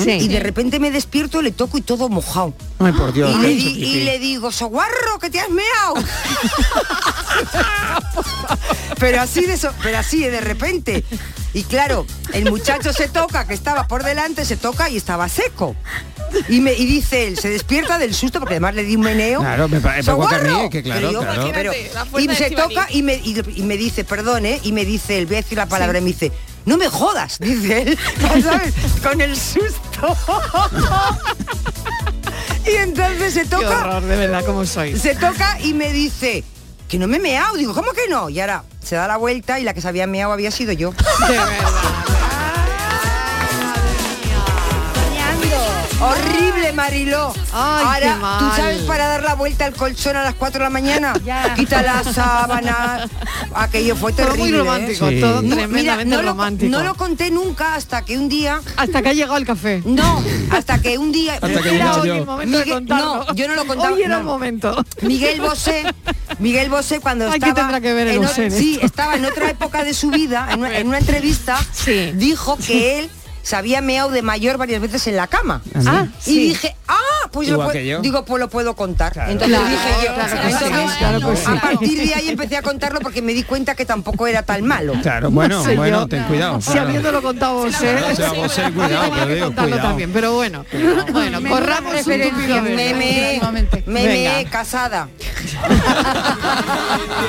Speaker 3: Sí.
Speaker 4: Y de repente me despierto, le toco y todo mojado.
Speaker 10: Ay, por Dios.
Speaker 4: y,
Speaker 10: qué
Speaker 4: le
Speaker 10: hecho,
Speaker 4: di- y
Speaker 10: pipí.
Speaker 4: le digo, soguarro, que te has meado. <laughs> pero así de eso, pero así de repente. Y claro, el muchacho se toca, que estaba por delante, se toca y estaba seco. Y, me, y dice él, se despierta del susto, porque además le di un meneo.
Speaker 10: Claro, me pa- me pongo a
Speaker 4: "¡Socorro!".
Speaker 10: carne, que claro,
Speaker 4: Pero yo,
Speaker 10: claro.
Speaker 4: pero-
Speaker 7: Imagínate, la fuerza
Speaker 4: y
Speaker 7: de
Speaker 4: se
Speaker 7: Estivali.
Speaker 4: toca y me, y- y me dice, perdón, ¿eh? Y me dice él, voy a decir la palabra, y me dice, no me jodas, dice él, <laughs> ¿sabes? Con el susto. <laughs> y entonces se
Speaker 3: Qué
Speaker 4: toca
Speaker 3: horror, de verdad, cómo sois.
Speaker 4: se toca y me dice que no me he meado. Digo, ¿cómo que no? Y ahora se da la vuelta y la que se había meado había sido yo.
Speaker 3: De verdad.
Speaker 4: Horrible, Mariló.
Speaker 3: Ay,
Speaker 4: ahora,
Speaker 3: qué mal.
Speaker 4: ¿tú sabes para dar la vuelta al colchón a las 4 de la
Speaker 3: <laughs>
Speaker 4: mañana?
Speaker 6: Ya.
Speaker 4: Quita la sábana. Aquello fue
Speaker 3: Todo
Speaker 4: terrible.
Speaker 3: muy
Speaker 4: ¿eh?
Speaker 3: romántico,
Speaker 10: Sí.
Speaker 3: todo
Speaker 4: No, mira,
Speaker 3: tremendamente
Speaker 4: no lo-
Speaker 3: romántico.
Speaker 4: no lo conté nunca hasta que un día...
Speaker 3: Hasta que ha llegado el café.
Speaker 4: No, hasta que un día...
Speaker 10: Hasta que he
Speaker 3: Era
Speaker 10: llegado
Speaker 3: hoy
Speaker 10: yo.
Speaker 3: el momento de
Speaker 4: Miguel-
Speaker 3: contarlo.
Speaker 4: no, yo no lo contaba,
Speaker 3: Hoy era
Speaker 4: no.
Speaker 3: el momento.
Speaker 4: Miguel Bosé, Miguel Bosé cuando
Speaker 3: Ay, ¿qué
Speaker 4: estaba
Speaker 3: tendrá que ver el
Speaker 4: en o-
Speaker 3: Bosé en
Speaker 4: sí,
Speaker 3: esto?
Speaker 4: estaba en otra época de
Speaker 3: <laughs>
Speaker 4: su vida, en una, en una entrevista,
Speaker 3: Sí.
Speaker 4: dijo que él se había meado de mayor varias veces en la cama.
Speaker 3: Ah,
Speaker 4: y
Speaker 3: sí.
Speaker 4: dije, ah, pues yo,
Speaker 10: Igual
Speaker 4: puedo-
Speaker 10: que yo.
Speaker 4: digo, pues lo puedo contar. Entonces
Speaker 3: Claro,
Speaker 4: dije yo, "Pues
Speaker 3: claro que
Speaker 4: entonces,
Speaker 3: sí, claro que sí.
Speaker 4: a partir de ahí empecé a contarlo porque me di cuenta que tampoco era tan malo.
Speaker 10: Claro, bueno,
Speaker 3: sé
Speaker 10: bueno,
Speaker 3: yo.
Speaker 10: ten cuidado.
Speaker 3: Si
Speaker 10: claro.
Speaker 3: habiéndolo contado vos, ¿eh?
Speaker 10: la- se la vos, eh, cuidado,
Speaker 3: Tenía
Speaker 10: te
Speaker 3: que
Speaker 10: digo,
Speaker 3: contarlo
Speaker 10: cuidado.
Speaker 3: también, pero bueno. Bueno,
Speaker 6: Menuda
Speaker 3: corramos un
Speaker 6: referencia,
Speaker 3: tupido velo.
Speaker 6: me-
Speaker 4: Meme,
Speaker 6: Efectivamente.
Speaker 4: meme,
Speaker 3: Venga.
Speaker 4: casada.
Speaker 1: Te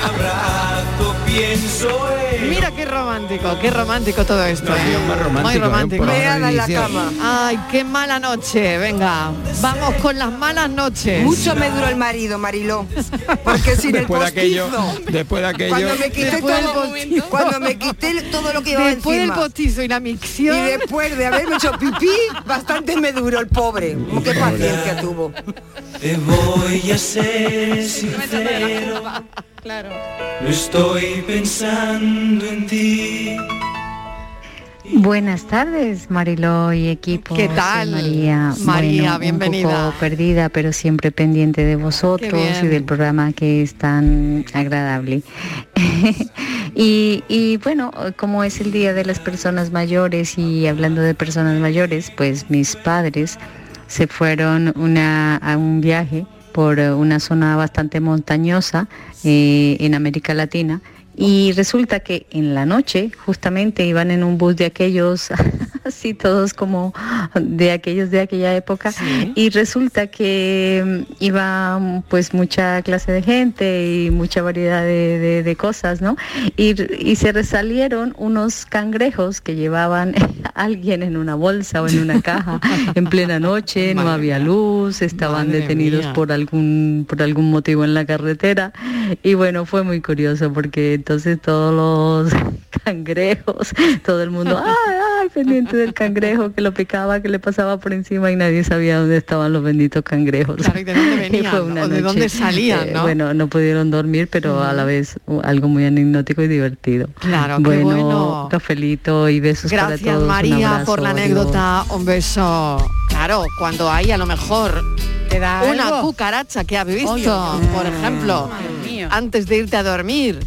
Speaker 1: abrazo, pienso en
Speaker 3: Mira qué romántico, qué romántico todo esto. ¿eh?
Speaker 10: Dios, más romántico,
Speaker 3: Muy
Speaker 10: ¿eh?
Speaker 3: romántico.
Speaker 10: Por favor.
Speaker 4: Meada en la
Speaker 10: Bendición.
Speaker 4: cama.
Speaker 3: Ay, qué mala noche. Venga, vamos con las malas noches.
Speaker 4: Mucho me duró el marido, Mariló. Porque sin el
Speaker 10: Después de aquello,
Speaker 4: postizo.
Speaker 10: después de
Speaker 4: Cuando
Speaker 10: aquello,
Speaker 4: me quité
Speaker 3: Después del
Speaker 4: todo,
Speaker 3: postizo.
Speaker 4: cuando me quité todo lo que llevaba
Speaker 3: Después del
Speaker 4: encima.
Speaker 3: postizo y la
Speaker 4: y
Speaker 3: micción.
Speaker 4: después de haberme hecho pipí, bastante me duró el pobre. Qué paciencia tuvo.
Speaker 1: Te voy a ser sincero. No estoy pensando en ti.
Speaker 11: Buenas tardes, Mariló y equipo.
Speaker 3: ¿Qué
Speaker 11: Soy
Speaker 3: tal?
Speaker 11: María,
Speaker 3: María,
Speaker 11: Bueno,
Speaker 3: bienvenida.
Speaker 11: Un poco perdida, pero siempre pendiente de vosotros
Speaker 3: bien.
Speaker 11: y del programa que es tan agradable. <laughs> y, y bueno, como es el Día de las Personas Mayores y hablando de personas mayores, pues mis padres se fueron una- a un viaje por eh, una zona bastante montañosa eh, en América Latina y resulta que en la noche justamente iban en un bus de aquellos, <laughs> así todos como de aquellos de aquella época y resulta que mm, iba mm, pues mucha clase de gente y mucha variedad de, de- de cosas, ¿no? Y, r- y se resalieron unos cangrejos que llevaban <laughs> a alguien en una bolsa o en una caja
Speaker 12: <laughs>
Speaker 11: en plena noche, no
Speaker 3: Madre
Speaker 11: había luz, estaban
Speaker 3: Madre
Speaker 11: detenidos
Speaker 3: mía.
Speaker 11: por algún por algún motivo en la carretera y bueno, fue muy
Speaker 12: <laughs>
Speaker 11: curioso porque entonces todos los cangrejos, todo el mundo, "Ah, ah,
Speaker 12: al pendiente del cangrejo que lo picaba, que le pasaba por encima y nadie sabía dónde estaban los benditos cangrejos.
Speaker 3: Claro,
Speaker 12: <laughs>
Speaker 3: ¿y de dónde venían,
Speaker 12: fue una
Speaker 3: o de dónde
Speaker 12: noche, eh,
Speaker 3: salían, no? Mm.
Speaker 12: Bueno, no pudieron dormir, pero a la vez u- algo muy anecdótico y divertido.
Speaker 3: Claro, qué
Speaker 12: bueno,
Speaker 3: bueno.
Speaker 12: cafelito y besos para
Speaker 3: Gracias
Speaker 12: todos. un
Speaker 3: María por
Speaker 12: abrazo,
Speaker 3: la
Speaker 12: adiós.
Speaker 3: anécdota, un beso. Claro, cuando hay a lo mejor una
Speaker 6: algo? Ah,
Speaker 3: cucaracha que has visto,
Speaker 6: Oye, oye.
Speaker 3: por ejemplo, antes de irte a dormir.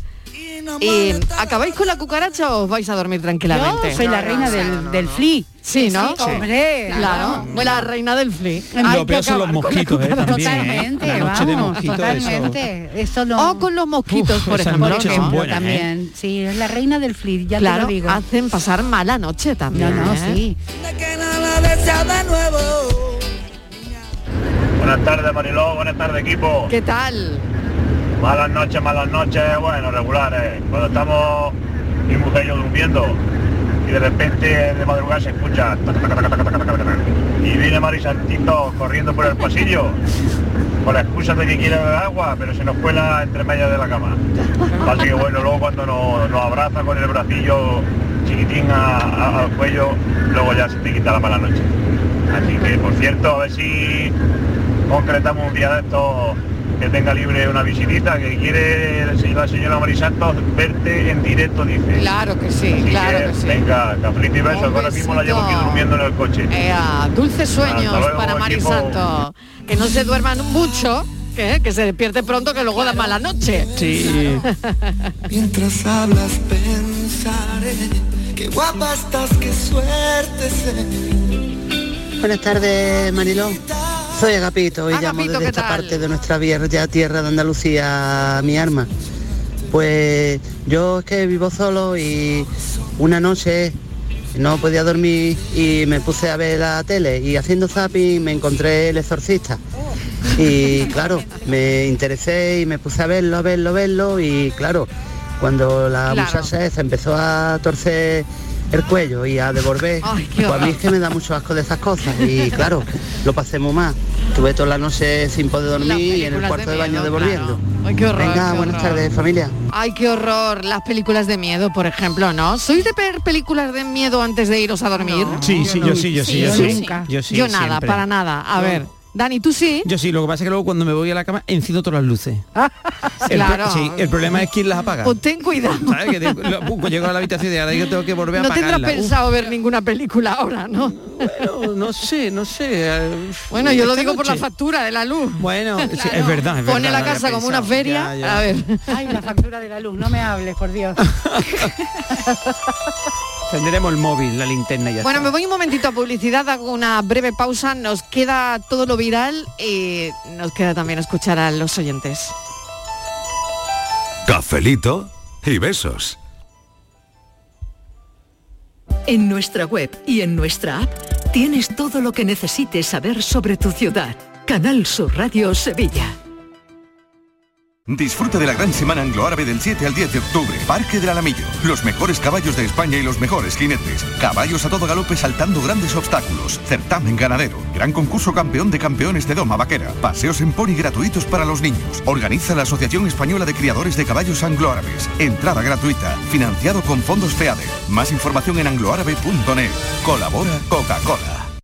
Speaker 3: Y, ¿Acabáis con la cucaracha o os vais a dormir tranquilamente?
Speaker 6: Yo soy la reina del, del fli.
Speaker 3: Sí, ¿no?
Speaker 6: Sí, hombre,
Speaker 3: claro. La reina del fli.
Speaker 6: Lo peor son los mosquitos,
Speaker 10: eh, también,
Speaker 6: Totalmente,
Speaker 10: La noche de
Speaker 6: vamos,
Speaker 10: mosquitos,
Speaker 6: totalmente. Eso no.
Speaker 3: O con los mosquitos,
Speaker 10: Uf,
Speaker 3: por
Speaker 10: esas
Speaker 3: ejemplo.
Speaker 10: noches
Speaker 3: ¿no?
Speaker 10: son buenas, ¿eh?
Speaker 6: También, sí, es la reina del fli, ya te
Speaker 3: Claro,
Speaker 6: lo digo.
Speaker 3: hacen pasar mala noche también.
Speaker 6: No, no,
Speaker 3: ¿eh?
Speaker 6: sí.
Speaker 13: Buenas tardes, Mariló. Buenas tardes, equipo.
Speaker 3: ¿Qué tal?
Speaker 13: Malas noches, malas noches, bueno, regulares. Cuando estamos mi mujer y yo durmiendo y de repente de madrugada se escucha tac, tac, tac, tac, tac, tac, tac, tac, y viene Mari Santito corriendo por el pasillo con la excusa de que quiere beber agua, pero se nos cuela entre medias de la cama. Así que bueno, luego cuando nos, nos abraza con el bracillo chiquitín a- a- al cuello, luego ya se te quita la mala noche. Así que por cierto, a ver si concretamos un día de estos que tenga libre una visitita, que quiere la señora- la señora Marisantos verte en directo, dice.
Speaker 3: Claro que sí,
Speaker 13: Así
Speaker 3: claro que sí.
Speaker 13: Venga, cafelito y besos, que ahora mismo la llevo aquí
Speaker 3: besito.
Speaker 13: durmiendo en el coche.
Speaker 3: Ea, Eh, dulces sueños
Speaker 13: Hasta luego,
Speaker 3: para Mari
Speaker 13: equipo.
Speaker 3: Santo. Que no se duerman mucho, que, que se despierte pronto, que luego da mala noche.
Speaker 10: Sí.
Speaker 1: Mientras hablas pensaré Qué guapa estás, qué suerte
Speaker 14: Buenas tardes, Mariló. Soy Agapito y
Speaker 3: Agapito,
Speaker 14: llamo
Speaker 3: ¿qué
Speaker 14: desde esta
Speaker 3: tal?
Speaker 14: parte de nuestra vieja tierra de Andalucía, mi arma. Pues yo es que vivo solo y una noche no podía dormir y me puse a ver la tele y haciendo zapping me encontré el exorcista. Y claro, me interesé y me puse a verlo, a verlo, a verlo y claro, cuando la
Speaker 5: Claro.
Speaker 14: muchacha esa empezó a torcer el cuello y a devolver,
Speaker 5: qué
Speaker 14: pues a mí
Speaker 5: horror.
Speaker 14: es que me da mucho asco de esas cosas
Speaker 3: <laughs>
Speaker 14: y claro, lo pasé muy mal. Tuve toda la noche sin poder dormir y en el
Speaker 3: películas
Speaker 14: cuarto
Speaker 3: de
Speaker 14: de baño
Speaker 3: miedo,
Speaker 14: devolviendo.
Speaker 3: claro. Ay, qué horror,
Speaker 14: Venga,
Speaker 3: qué
Speaker 14: buenas
Speaker 3: horror.
Speaker 14: tardes familia.
Speaker 3: <laughs> Ay, qué horror. Las películas de miedo, por ejemplo, ¿no? ¿Sois de ver películas de miedo antes de iros a dormir?
Speaker 10: Sí, sí, yo sí, yo sí, yo sí. Yo sí,
Speaker 3: Yo nada,
Speaker 10: siempre.
Speaker 3: para nada. A
Speaker 10: Yo-
Speaker 3: ver, Dani, ¿tú sí? Ah,
Speaker 10: Yo sí, lo que pasa es que luego cuando me voy a la cama enciendo todas
Speaker 3: <laughs>
Speaker 10: las luces. El pro-
Speaker 3: Claro.
Speaker 10: sí, el problema es quién las apaga.
Speaker 3: Pues ten cuidado.
Speaker 10: ¿Sabes? Que te- lo- uh, llego a la habitación y ahora yo tengo que volver a
Speaker 3: <laughs> No tendrás
Speaker 10: apagarla. Uf,
Speaker 3: pensado ver ninguna película ahora, ¿no?
Speaker 10: Bueno, no sé, no sé. eh,
Speaker 3: Bueno, yo lo
Speaker 10: Esta
Speaker 3: digo por la
Speaker 10: noche.
Speaker 3: factura de la luz.
Speaker 10: Bueno, sí, es verdad, es
Speaker 3: Pone
Speaker 10: verdad,
Speaker 3: la
Speaker 10: no lo había
Speaker 3: casa como una
Speaker 10: pensado.
Speaker 3: feria.
Speaker 10: Ya, ya.
Speaker 3: A ver.
Speaker 6: Ay, la factura de la luz, no me hables, por Dios.
Speaker 10: Tendremos el móvil, la linterna y ya
Speaker 3: Bueno,
Speaker 10: está.
Speaker 3: me voy un momentito a publicidad, hago una breve pausa, nos queda todo lo viral y nos queda también escuchar a los oyentes.
Speaker 15: Cafelito y besos.
Speaker 16: En nuestra web y en nuestra app tienes todo lo que necesites saber sobre tu ciudad. Canal Sur Radio Sevilla.
Speaker 15: Disfruta de la gran semana angloárabe del 7 al 10 de octubre. Parque del Alamillo. Los mejores caballos de España y los mejores jinetes. Caballos a todo galope saltando grandes obstáculos. Certamen ganadero. Gran concurso campeón de campeones de doma vaquera. Paseos en pony gratuitos para los niños. Organiza la Asociación Española de Criadores de Caballos Angloárabes. Entrada gratuita. Financiado con fondos FEADE. Más información en angloárabe.net. Colabora Coca-Cola.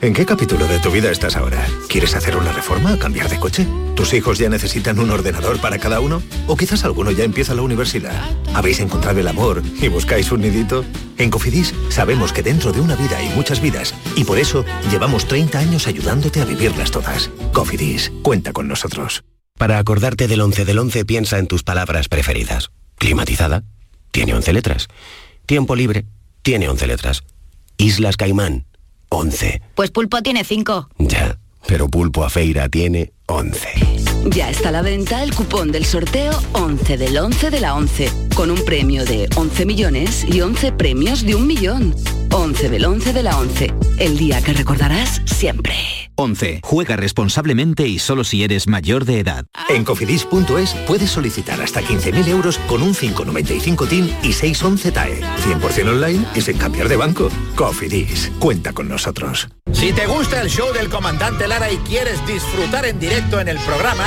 Speaker 17: ¿En qué capítulo de tu vida estás ahora? ¿Quieres hacer una reforma? ¿Cambiar de coche? ¿Tus hijos ya necesitan un ordenador para cada uno? ¿O quizás alguno ya empieza la universidad? ¿Habéis encontrado el amor y buscáis un nidito? En Cofidis sabemos que dentro de una vida hay muchas vidas y por eso llevamos 30 años ayudándote a vivirlas todas. Cofidis, cuenta con nosotros.
Speaker 18: Para acordarte del 11 del 11 piensa en tus palabras preferidas. Climatizada, tiene 11 letras. Tiempo libre, tiene 11 letras. Islas Caimán, 11.
Speaker 19: Pues pulpo tiene 5.
Speaker 18: Ya, pero Pulpo a Feira tiene 11.
Speaker 20: Ya está a la venta el cupón del sorteo 11 del 11 de la 11, con un premio de 11 millones y 11 premios de un millón. 11 del 11 de la 11, el día que recordarás siempre.
Speaker 21: 11. Juega responsablemente y solo si eres mayor de edad.
Speaker 17: En cofidis.es puedes solicitar hasta 15.000 euros con un 595 TIN y 611 TAE. 100% online y sin cambiar de banco. Cofidis, cuenta con nosotros.
Speaker 22: Si te gusta el show del comandante Lara y quieres disfrutar en directo en el programa,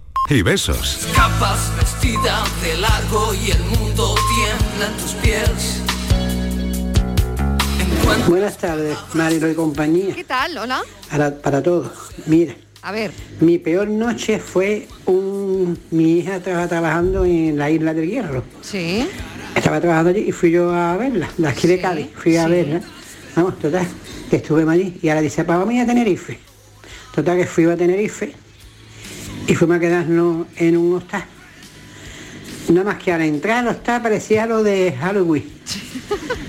Speaker 23: y besos.
Speaker 1: Capas vestida de largo y el mundo tiembla en tus pies.
Speaker 24: Buenas tardes, Marilo y compañía.
Speaker 3: ¿Qué tal? Hola.
Speaker 24: Para, para todos. Mira,
Speaker 3: A ver.
Speaker 24: mi peor noche fue un... Mi hija estaba trabajando en la isla del Hierro.
Speaker 3: Sí.
Speaker 24: Estaba trabajando allí y fui yo a verla, de aquí de Cádiz. Fui a verla. Vamos, total, que estuve en allí. Y ahora dice, papá, vamos a ir a Tenerife. Total, que fui a Tenerife y fuimos a quedarnos en un hostal. Nada más que al entrar al hostal parecía lo de Halloween.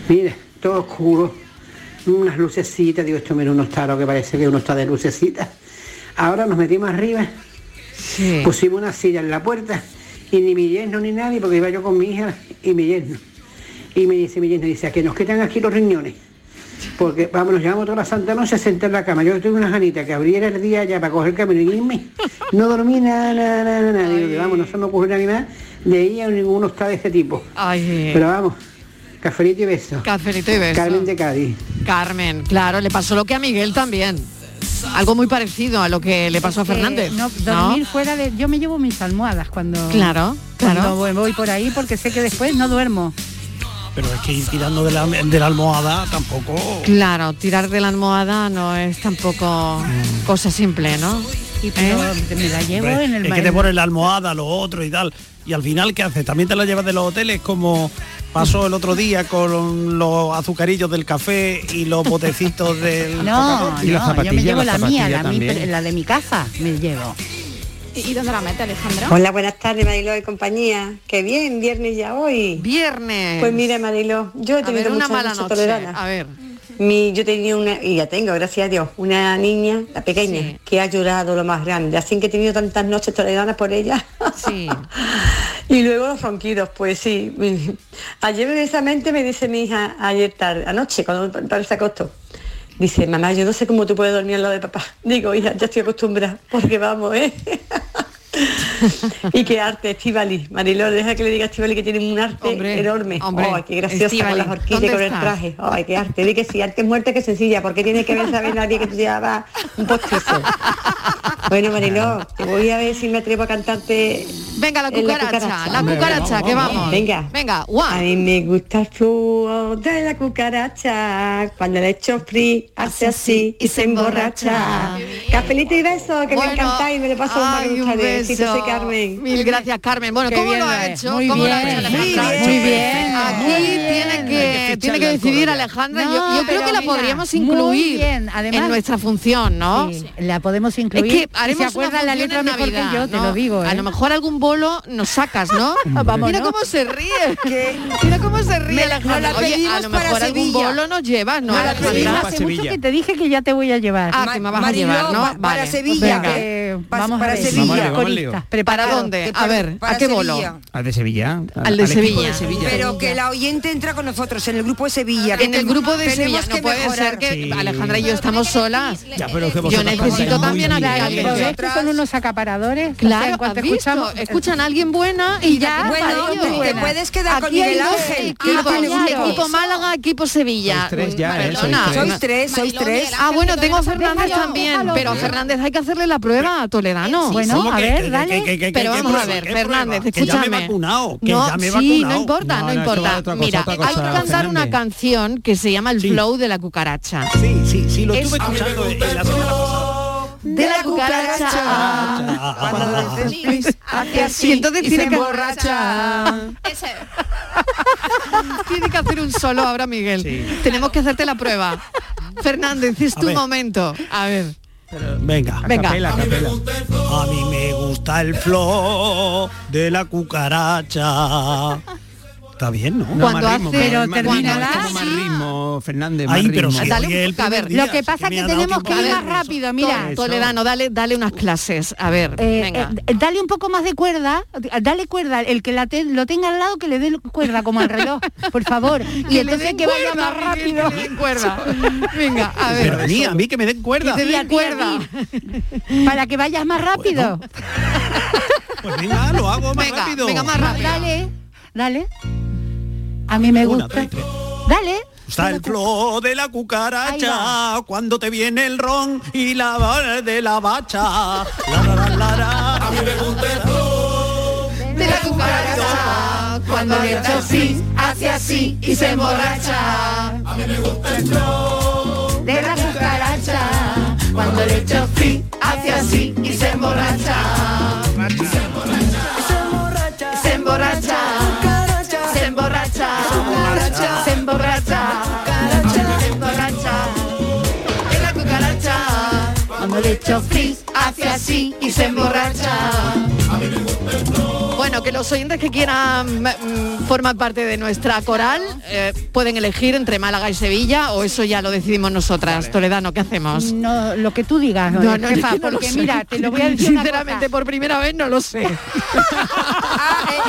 Speaker 24: Mira, todo oscuro, unas lucecitas, digo, esto mira un hostal, lo que parece que es un hostal de lucecitas. Ahora nos metimos arriba, pusimos una silla en la puerta y ni mi yerno ni nadie, porque iba yo con mi hija y mi yerno. Y me dice mi yerno, dice, a que nos quitan aquí los riñones. Porque vamos, nos llevamos toda la santa noche a sentar en la cama. Yo tuve una janita que abriera el día ya para coger el camino y irme. No dormí nada, nada, nada, nada. Digo, vamos, no se me ocurrió ni nada de ir a ningún hostal de este tipo. Pero vamos, cafelito y beso.
Speaker 3: Cafelito y beso.
Speaker 24: Carmen de Cádiz.
Speaker 3: Carmen, claro, le pasó lo que a Miguel también. Algo muy parecido a lo que le pasó a
Speaker 6: que
Speaker 3: Fernández.
Speaker 6: No, dormir fuera de. Yo me llevo mis almohadas cuando.
Speaker 3: Claro, claro.
Speaker 6: cuando voy- voy por ahí porque sé que después no duermo.
Speaker 9: Pero es que ir tirando de la, de la almohada tampoco.
Speaker 3: Claro, tirar de la almohada no es tampoco cosa simple, ¿no?
Speaker 6: Y pero
Speaker 3: ¿Eh?
Speaker 6: me la llevo
Speaker 9: Hombre,
Speaker 6: en el
Speaker 9: es que
Speaker 6: baño.
Speaker 9: te pones la almohada, lo otro y tal. Y al final, ¿qué haces? También te la llevas de los hoteles, como pasó el otro día con los azucarillos del café y los botecitos del...
Speaker 6: No, no,
Speaker 9: Y las
Speaker 6: yo me
Speaker 9: zapatillas,
Speaker 6: llevo
Speaker 9: las
Speaker 6: la mía, la,
Speaker 9: zapatillas
Speaker 6: mi-
Speaker 9: también.
Speaker 6: la de mi casa me llevo.
Speaker 8: ¿Y dónde la mete, Alejandra?
Speaker 25: Hola, buenas tardes, Mariló y compañía. Qué bien, viernes ya hoy.
Speaker 3: Viernes.
Speaker 25: Pues mira, Mariló, yo he
Speaker 3: A
Speaker 25: tenido
Speaker 3: ver, una
Speaker 25: mucha
Speaker 3: mala
Speaker 25: noche
Speaker 3: noche,
Speaker 25: tolerana.
Speaker 3: a ver.
Speaker 25: Mi, yo tenía una, y ya tengo, gracias a Dios, una niña, la pequeña, que ha llorado lo más grande, así que he tenido tantas noches toleranas por ella.
Speaker 3: Sí.
Speaker 25: <laughs> y luego los ronquidos, pues sí. <laughs> mi- Ayer precisamente me dice mi hija, ayer tarde, anoche, cuando mi padre se acostó, dice, mamá, yo no sé cómo tú puedes dormir al lado de papá. Digo, hija, ya estoy acostumbrada, porque vamos, ¿eh? <laughs> y qué arte, Estivali. Mariló, deja que le diga a Estivali que tiene un arte enorme.
Speaker 8: hombre,
Speaker 25: Ay, qué graciosa
Speaker 8: Estíbaliz,
Speaker 25: con las
Speaker 8: ¿dónde
Speaker 25: horquillas y con
Speaker 8: estás?
Speaker 25: el traje. Ay, qué arte. Di que sí, arte es muerta que sencilla, porque tiene que ver saber nadie que tú llevabas un postizo. Bueno, Mariló, te voy a ver si me atrevo a cantarte.
Speaker 3: Venga, la
Speaker 25: en
Speaker 3: cucaracha, la
Speaker 25: Hombre,
Speaker 3: cucaracha, que vamos.
Speaker 25: Venga.
Speaker 3: Venga,
Speaker 25: A mí me gusta el flujo de la cucaracha. Cuando le echo free, hace así y se emborracha. Cafelito y beso, que me
Speaker 3: Bueno,
Speaker 25: encanta y me lo paso bomba
Speaker 3: ay,
Speaker 25: con
Speaker 3: un
Speaker 25: ustedes. Sí,
Speaker 3: beso.
Speaker 25: soy Carmen.
Speaker 3: Mil gracias, Carmen. Bueno,
Speaker 25: Qué
Speaker 3: ¿cómo lo
Speaker 25: bien
Speaker 3: ha
Speaker 25: lo es.
Speaker 3: hecho?
Speaker 25: Muy
Speaker 3: ¿Cómo lo ha
Speaker 25: bien,
Speaker 3: hecho
Speaker 25: muy
Speaker 3: Alejandra?
Speaker 25: bien, muy bien.
Speaker 3: Aquí
Speaker 25: Muy bien.
Speaker 3: tiene que,
Speaker 25: Hay que
Speaker 3: tiene
Speaker 25: ficharla
Speaker 3: que
Speaker 25: al
Speaker 3: decidir
Speaker 25: coro ya.
Speaker 3: Alejandra.
Speaker 6: No,
Speaker 3: yo yo creo
Speaker 6: pero
Speaker 3: que la
Speaker 6: mira,
Speaker 3: podríamos
Speaker 6: muy
Speaker 3: incluir
Speaker 6: bien, además-
Speaker 3: en nuestra función, ¿no?
Speaker 6: Sí, La podemos incluir.
Speaker 3: Es que haremos
Speaker 6: se acuerdan
Speaker 3: una
Speaker 6: la
Speaker 3: función
Speaker 6: letra
Speaker 3: en
Speaker 6: mejor que
Speaker 3: Navidad,
Speaker 6: yo, te
Speaker 3: ¿no?
Speaker 6: lo digo,
Speaker 3: A
Speaker 6: ¿eh? Ah,
Speaker 3: lo mejor algún bolo nos sacas,
Speaker 6: <laughs>
Speaker 3: ¿no?
Speaker 6: Vámonos.
Speaker 3: Mira cómo se ríe.
Speaker 6: <laughs>
Speaker 3: Mira cómo se ríe
Speaker 6: Me-
Speaker 3: la
Speaker 6: nos
Speaker 3: gente.
Speaker 6: la
Speaker 3: Oye, a
Speaker 6: pedimos
Speaker 3: lo
Speaker 6: para
Speaker 3: mejor algún
Speaker 6: Sevilla.
Speaker 3: bolo nos llevas, ¿no?
Speaker 6: Nos la
Speaker 3: Alejandra?
Speaker 6: pedimos hace mucho que te dije que ya te voy a llevar.
Speaker 3: Ah, que me vas a
Speaker 6: Mariló,
Speaker 3: llevar, ¿no?
Speaker 6: pa-
Speaker 3: Vale.
Speaker 6: Para Sevilla.
Speaker 3: Venga.
Speaker 6: eh,
Speaker 3: Pas-
Speaker 6: vamos
Speaker 3: para
Speaker 6: a ver.
Speaker 3: Sevilla. Vamos al lío, vamos al lío.
Speaker 6: Coristas,
Speaker 3: ¿Para
Speaker 6: preparados.
Speaker 3: dónde?
Speaker 6: Que
Speaker 3: A ver,
Speaker 6: para
Speaker 3: ¿a qué
Speaker 6: Sevilla.
Speaker 3: bolo?
Speaker 10: Al de Sevilla.
Speaker 3: Al de
Speaker 10: equipo
Speaker 3: Sevilla.
Speaker 4: Pero que la oyente entra con nosotros en el grupo de Sevilla. que
Speaker 3: En el
Speaker 4: ten-
Speaker 3: grupo de
Speaker 4: tenemos
Speaker 3: Sevilla
Speaker 4: que
Speaker 3: no puede
Speaker 4: mejorar.
Speaker 3: ser que Alejandra y yo estamos solas.
Speaker 9: Ya, pero es que
Speaker 3: eh, Yo
Speaker 9: vosotras
Speaker 3: necesito
Speaker 9: cantáis muy
Speaker 3: también a
Speaker 9: bien.
Speaker 3: que alguien
Speaker 6: Pero
Speaker 3: que-
Speaker 6: ves que son unos acaparadores. O sea, en
Speaker 3: Claro,
Speaker 6: cuanto
Speaker 3: ¿has visto?
Speaker 6: escuchamos-
Speaker 3: escuchan a alguien buena y,
Speaker 6: Y
Speaker 3: ya.
Speaker 6: bueno,
Speaker 3: para
Speaker 6: tú
Speaker 3: ellos.
Speaker 6: te puedes quedar
Speaker 3: Aquí
Speaker 6: con Miguel
Speaker 3: hay dos
Speaker 6: Ángel.
Speaker 3: equipos,
Speaker 6: Ah, claro.
Speaker 3: equipo Málaga, equipo Sevilla.
Speaker 10: tres ya, ¿eh? Sois
Speaker 3: Perdona.
Speaker 10: tres. Sois
Speaker 4: tres, sois tres.
Speaker 3: Ah, bueno, tengo a Fernández
Speaker 4: déjalo,
Speaker 3: también,
Speaker 4: déjalo.
Speaker 3: pero a Fernández hay que hacerle la prueba a Toledano.
Speaker 9: ¿Cómo que- que- que- que- que- que-
Speaker 3: pero
Speaker 9: que
Speaker 3: vamos a
Speaker 9: prueba,
Speaker 3: ver,
Speaker 9: que
Speaker 3: Fernández,
Speaker 9: prueba? Que ya me he
Speaker 3: escúchame.
Speaker 9: vacunado, que
Speaker 3: no,
Speaker 9: ya me he
Speaker 3: sí, no
Speaker 9: vacunado.
Speaker 3: importa,
Speaker 9: No,
Speaker 3: no,
Speaker 9: no, esto
Speaker 3: importa.
Speaker 9: va otra cosa,
Speaker 3: Mira,
Speaker 9: otra cosa,
Speaker 3: hay que cantar una
Speaker 9: Fernández.
Speaker 3: canción que se llama El
Speaker 9: Sí.
Speaker 3: Flow de la cucaracha.
Speaker 9: Sí, sí, sí, lo
Speaker 3: Es-
Speaker 9: estuve escuchando en la semana pasada.
Speaker 3: de la cucaracha. Cuando le dices please, hace así y entonces
Speaker 1: y
Speaker 3: tiene
Speaker 1: se
Speaker 3: que
Speaker 1: emborracha.
Speaker 3: <laughs> tiene que hacer un solo ahora Miguel. Tenemos que hacerte la prueba. Fernández, es
Speaker 9: A
Speaker 3: tu
Speaker 9: ver.
Speaker 3: momento. A ver.
Speaker 9: Venga,
Speaker 3: Venga. capela,
Speaker 9: A mí me gusta el flow. A mí me gusta el flow de la cucaracha. Está bien, ¿no?
Speaker 10: Cuando hace, pero
Speaker 6: terminará-
Speaker 10: más ritmo, Fernández.
Speaker 9: Ay,
Speaker 10: más
Speaker 9: pero
Speaker 10: ritmo.
Speaker 9: si Dale hoy un es el poco, a primer ver, día,
Speaker 6: Lo que pasa es que tenemos que ir más rápido, mira.
Speaker 3: Mira, Toledano, dale, dale unas clases. A ver,
Speaker 6: Eh,
Speaker 3: venga.
Speaker 6: eh, dale un poco más de cuerda, dale cuerda, el que la te- lo tenga al lado que le dé cuerda como al reloj, por <laughs> favor. Y entonces que vaya más rápido. <laughs>
Speaker 3: cuerda. Venga, a ver.
Speaker 9: Pero a mí, a mí que me den cuerda.
Speaker 6: Y a ti, a ti. Para que vayas más rápido.
Speaker 9: Pues venga, lo hago más
Speaker 6: Venga,
Speaker 9: rápido.
Speaker 6: venga, más rápido. Dale, dale. A mí me
Speaker 9: Una,
Speaker 6: gusta. Dale.
Speaker 9: Está el flow de la cucaracha cuando te viene el ron y la vara de la bacha. La, la, la, la, la. A mí me gusta el
Speaker 3: de la cucaracha cuando le echa así, hace así y se emborracha. A mí me gusta el flow de la cucaracha cuando le echa así, hace así y se emborracha. Se emborracha, se emborracha, se emborracha, se emborracha, se emborracha. De la cucaracha cuando le echa así, hace así y se emborracha. Bueno, que los oyentes que quieran mm, formar parte de nuestra coral eh, pueden elegir entre Málaga y Sevilla o eso ya lo decidimos nosotras. Toledano, ¿qué hacemos?
Speaker 6: No, lo que tú digas,
Speaker 3: No, no,
Speaker 6: jefa,
Speaker 3: yo no lo
Speaker 6: porque
Speaker 3: sé.
Speaker 6: mira, te lo voy a decir una
Speaker 3: Sinceramente,
Speaker 6: cosa. Ah,
Speaker 3: por primera vez no lo sé.
Speaker 4: eh,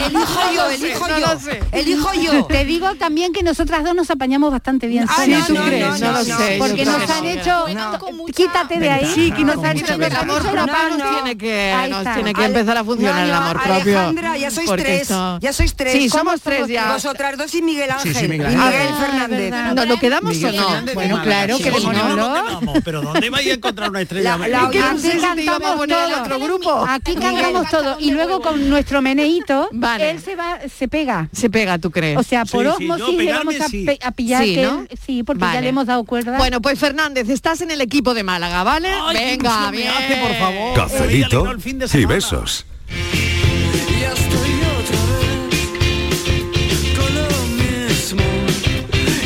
Speaker 4: elijo
Speaker 6: No
Speaker 4: yo,
Speaker 6: lo sé,
Speaker 4: elijo
Speaker 6: no
Speaker 4: yo,
Speaker 6: lo sé.
Speaker 4: elijo yo.
Speaker 6: Te digo también que nosotras dos nos apañamos bastante bien.
Speaker 4: Ah,
Speaker 6: solas.
Speaker 4: no, no, no, no, no, no,
Speaker 6: Porque
Speaker 4: no,
Speaker 6: nos
Speaker 4: no,
Speaker 6: han
Speaker 4: no.
Speaker 6: hecho... Quítate de ahí.
Speaker 3: Sí, que nos han
Speaker 6: hecho
Speaker 3: el amor propio nos tiene que, nos tiene que empezar a funcionar el amor propio.
Speaker 4: Alejandra, ya sois
Speaker 3: porque
Speaker 4: tres,
Speaker 3: esto-
Speaker 4: ya sois tres.
Speaker 3: Sí,
Speaker 4: ¿Cómo
Speaker 3: somos tres
Speaker 4: somos
Speaker 3: ya.
Speaker 4: tres? Vosotras dos y Miguel Ángel.
Speaker 9: sí, Miguel
Speaker 4: y
Speaker 9: Ángel.
Speaker 4: Miguel
Speaker 9: Ah,
Speaker 4: Fernández.
Speaker 3: ¿Nos lo quedamos o no?
Speaker 9: Bueno,
Speaker 3: claro, queremoslo.
Speaker 9: Pero ¿dónde vais a encontrar una estrella?
Speaker 3: La- la-
Speaker 9: ¿Qué
Speaker 3: la-
Speaker 9: dices?
Speaker 3: si te íbamos a poner en otro
Speaker 6: grupo. Aquí cantamos todo y luego con nuestro meneíto él se va se pega.
Speaker 3: Se pega, ¿tú crees?
Speaker 6: O sea, por
Speaker 3: Sí, sí,
Speaker 6: osmosis
Speaker 3: yo
Speaker 6: le vamos
Speaker 3: pegarme,
Speaker 6: a,
Speaker 3: sí.
Speaker 6: pe- a pillar
Speaker 3: Sí,
Speaker 6: que
Speaker 3: ¿no?
Speaker 6: él- sí, porque ya
Speaker 3: Vale.
Speaker 6: le hemos dado cuerda.
Speaker 3: Bueno, pues Fernández, estás en el equipo de Málaga, ¿vale? Venga, bien. por
Speaker 2: Oh,
Speaker 3: favor.
Speaker 15: Cafelito y besos.
Speaker 1: Ya estoy otra vez con lo mismo.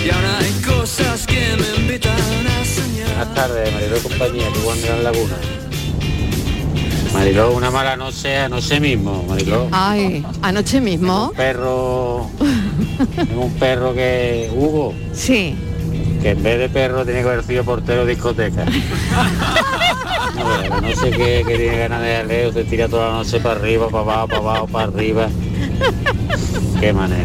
Speaker 1: Y ahora hay cosas que me invitan a soñar.
Speaker 23: Buenas tardes, Mariló y compañía, que Juan de la Laguna. Mariló, una mala noche anoche mismo, Mariló.
Speaker 3: Ay, anoche mismo.
Speaker 23: Perro, tengo un perro que, Hugo,
Speaker 3: Sí.
Speaker 23: que en vez de perro tiene que haber sido portero
Speaker 3: <laughs>
Speaker 23: de discoteca. No, veas, no sé qué, que tiene ganas de jaleo, se tira toda la noche para arriba, para abajo, para abajo, para arriba. Qué manera.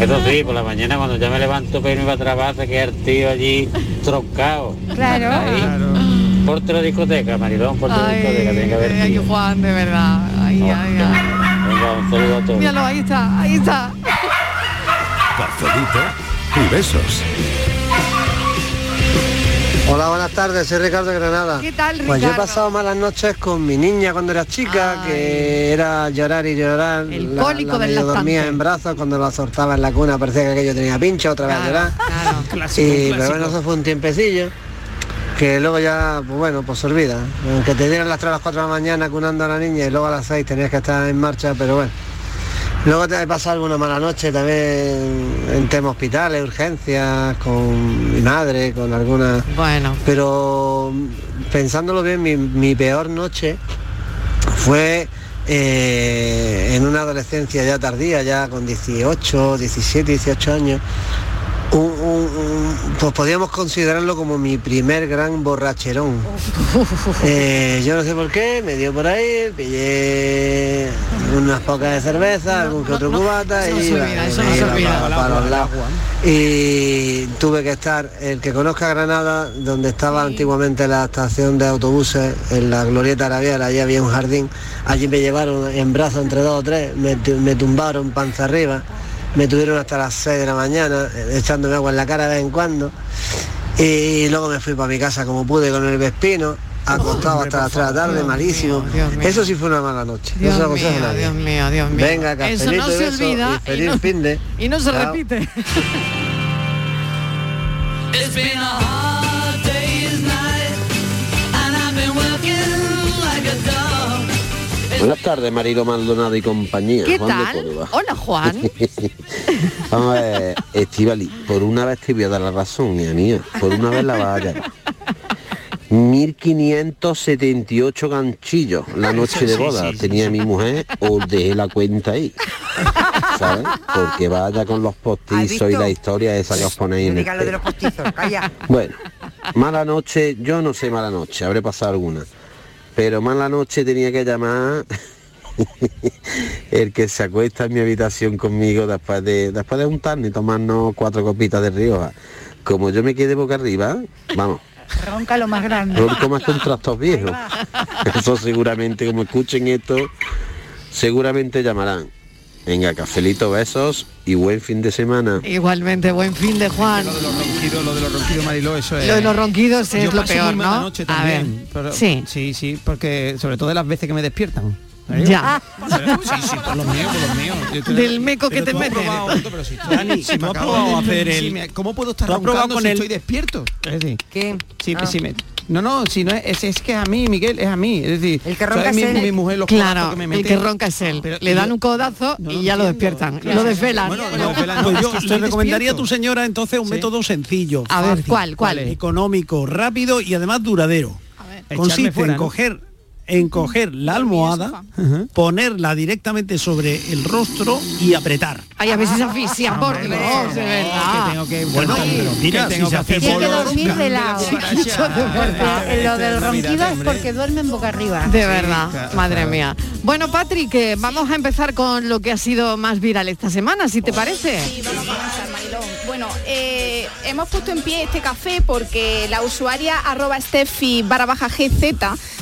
Speaker 23: Eso sí, por la mañana cuando ya me levanto para irme para trabajar, se queda el tío allí trocado.
Speaker 3: Claro.
Speaker 23: Ahí. Portero de discoteca, Marilón, portero de
Speaker 3: Ay,
Speaker 23: discoteca, tiene que haber
Speaker 3: ay,
Speaker 23: tío.
Speaker 3: Juan, de verdad. Ay, ay, ay.
Speaker 23: Venga, un saludo a todos.
Speaker 3: Míralo, ahí está, ahí está. <laughs>
Speaker 15: Cafelito y besos.
Speaker 5: Hola, buenas tardes, soy Ricardo de Granada.
Speaker 3: ¿Qué tal,
Speaker 5: Pues yo he
Speaker 3: Ricardo?
Speaker 5: pasado malas noches con mi niña cuando era chica, que era llorar y llorar. El
Speaker 3: cólico del
Speaker 5: medio dormía
Speaker 3: lactante.
Speaker 5: en brazos, cuando la soltaba en la cuna parecía que aquello tenía pincho, otra vez a llorar.
Speaker 10: Clásico,
Speaker 5: y,
Speaker 10: clásico.
Speaker 5: Pero bueno, eso fue un tiempecillo, que luego ya, pues bueno, pues se olvida. Aunque te dieran las 3 a las 4 de la mañana cunando a la niña y luego a las 6 tenías que estar en marcha, pero bueno. Luego te pasa alguna mala noche también en temas hospitales, urgencias, con mi madre, con alguna...
Speaker 3: Bueno.
Speaker 5: Pero pensándolo bien, mi, mi peor noche fue eh, en una adolescencia ya tardía, ya con 18, 17, 18 años. Un- un- un- pues podríamos considerarlo como mi primer
Speaker 1: <laughs>
Speaker 5: gran borracherón. Eh, yo no sé por qué, me dio por ahí, pillé unas pocas de cerveza, algún que otro cubata y iba,
Speaker 1: eso no
Speaker 5: me
Speaker 1: se
Speaker 5: iba
Speaker 1: olvida,
Speaker 5: para-
Speaker 1: el
Speaker 5: para
Speaker 1: agua,
Speaker 5: los
Speaker 1: el
Speaker 5: lados. Y tuve que estar, el que conozca Granada, donde estaba antiguamente la estación de autobuses, en la Glorieta Arabial, allí había un jardín, allí me llevaron en brazos entre dos o tres, me, tu- me tumbaron panza arriba, me tuvieron hasta las 6 de la mañana, eh, echándome agua en la cara de vez en cuando. Y luego me fui para mi casa como pude con el Vespino, acostado hasta las 3 de la tarde, malísimo. Eso sí fue una mala noche. no
Speaker 3: Dios
Speaker 5: se lo aconsejo a
Speaker 3: mío,
Speaker 5: nadie.
Speaker 3: Dios mío, Dios mío.
Speaker 5: Venga,
Speaker 3: Eso no
Speaker 5: cafelito y
Speaker 3: se
Speaker 5: besos,
Speaker 3: olvida
Speaker 5: y
Speaker 3: y
Speaker 5: feliz
Speaker 3: no-
Speaker 5: fin de.
Speaker 3: Y no se
Speaker 5: Chao.
Speaker 1: <laughs>
Speaker 3: repite.
Speaker 1: It's been a hard day's night, and I've been working like a dog.
Speaker 7: Buenas tardes, Marilo Maldonado y compañía.
Speaker 3: ¿Qué
Speaker 7: Juan de
Speaker 3: tal?
Speaker 7: Córdoba.
Speaker 3: Hola Juan.
Speaker 7: <laughs> Vamos a ver, Estivali, por una vez te voy a dar la razón, mía mía. Por una vez la vas a hallar. 1578 ganchillos la noche de
Speaker 11: Sí,
Speaker 7: boda
Speaker 11: sí, sí.
Speaker 7: tenía mi mujer o dejé la cuenta ahí. ¿Sabes? Porque vaya con los postizos y
Speaker 2: visto?
Speaker 7: la historia esa que os ponéis en el
Speaker 2: Diga lo
Speaker 9: este-
Speaker 2: de
Speaker 7: pelo.
Speaker 2: los postizos, calla.
Speaker 7: Bueno, mala noche, yo no sé mala noche, habré pasado alguna. Pero mala noche tenía que llamar <laughs> el que se acuesta en mi habitación conmigo después de después de untarme y tomarnos cuatro copitas de rioja. Como yo me quedé boca arriba, vamos,
Speaker 6: Ronca lo más grande.
Speaker 7: ronco más que un trastos viejos. <laughs> Eso seguramente, como escuchen esto, seguramente llamarán. Venga, cafelito, besos y buen fin de semana.
Speaker 3: Igualmente, buen fin de Juan.
Speaker 10: Ronquido, lo de los ronquidos, Mariló, eso es...
Speaker 3: Lo de los ronquidos es
Speaker 10: Yo
Speaker 3: lo
Speaker 10: paso
Speaker 3: peor,
Speaker 10: muy mala
Speaker 3: ¿no?
Speaker 10: noche
Speaker 3: A ver.
Speaker 10: también, pero-
Speaker 3: sí.
Speaker 10: Sí, sí, porque sobre todo de las veces que me despiertan.
Speaker 3: Ya.
Speaker 10: Pero- sí, sí, por los míos, por los míos. Yo estoy-
Speaker 3: Del meco
Speaker 10: Pero
Speaker 3: que te
Speaker 10: tú has
Speaker 3: meten.
Speaker 10: probado, punto, pero si estoy-
Speaker 9: Dani,
Speaker 10: si me
Speaker 9: tú
Speaker 10: acabo
Speaker 9: has probado
Speaker 10: de-
Speaker 9: hacer
Speaker 10: si
Speaker 9: el-
Speaker 10: me- ¿Cómo puedo estar
Speaker 9: tú has probado
Speaker 10: roncando
Speaker 9: con
Speaker 10: si
Speaker 9: el-
Speaker 10: estoy despierto? Es decir,
Speaker 2: ¿Qué?
Speaker 10: Sí,
Speaker 2: Ah.
Speaker 10: sí me- no, no, si no es, es, es que es a mí, Miguel, es a mí. Es decir, el que
Speaker 3: ronca
Speaker 10: mi,
Speaker 3: es él.
Speaker 10: mi mujer los
Speaker 3: Claro,
Speaker 10: codazos que me
Speaker 3: el
Speaker 10: mete.
Speaker 3: que ronca es él.
Speaker 10: Pero-
Speaker 3: Le
Speaker 10: y
Speaker 3: dan
Speaker 10: yo-
Speaker 3: un codazo y ya lo despiertan. Lo desvelan.
Speaker 9: Pues yo le recomendaría a tu señora entonces un método sencillo.
Speaker 3: A ver,
Speaker 9: fácil,
Speaker 3: ¿cuál, cuál?
Speaker 9: Económico, rápido y además duradero. Consiste
Speaker 10: Echarme fuera,
Speaker 9: en
Speaker 10: ¿no?
Speaker 9: coger en coger la almohada, ponerla directamente sobre el rostro y apretar.
Speaker 3: Ay, a
Speaker 10: Ah,
Speaker 3: veces asfixia, por Dios, de verdad.
Speaker 10: tengo que
Speaker 9: Bueno, pero mira, si se hace
Speaker 6: Tiene que
Speaker 9: polvo,
Speaker 6: dormir de lado.
Speaker 3: Ah, eh.
Speaker 8: Este,
Speaker 6: Porque lo del ronquido es porque duermen boca arriba.
Speaker 3: De verdad, madre mía. Bueno, Patrick, eh, vamos a empezar con lo que ha sido más viral esta semana, si
Speaker 8: Oh.
Speaker 3: te parece.
Speaker 8: Bueno, eh, hemos puesto en pie este café porque la usuaria arroba Steffi barra baja GZ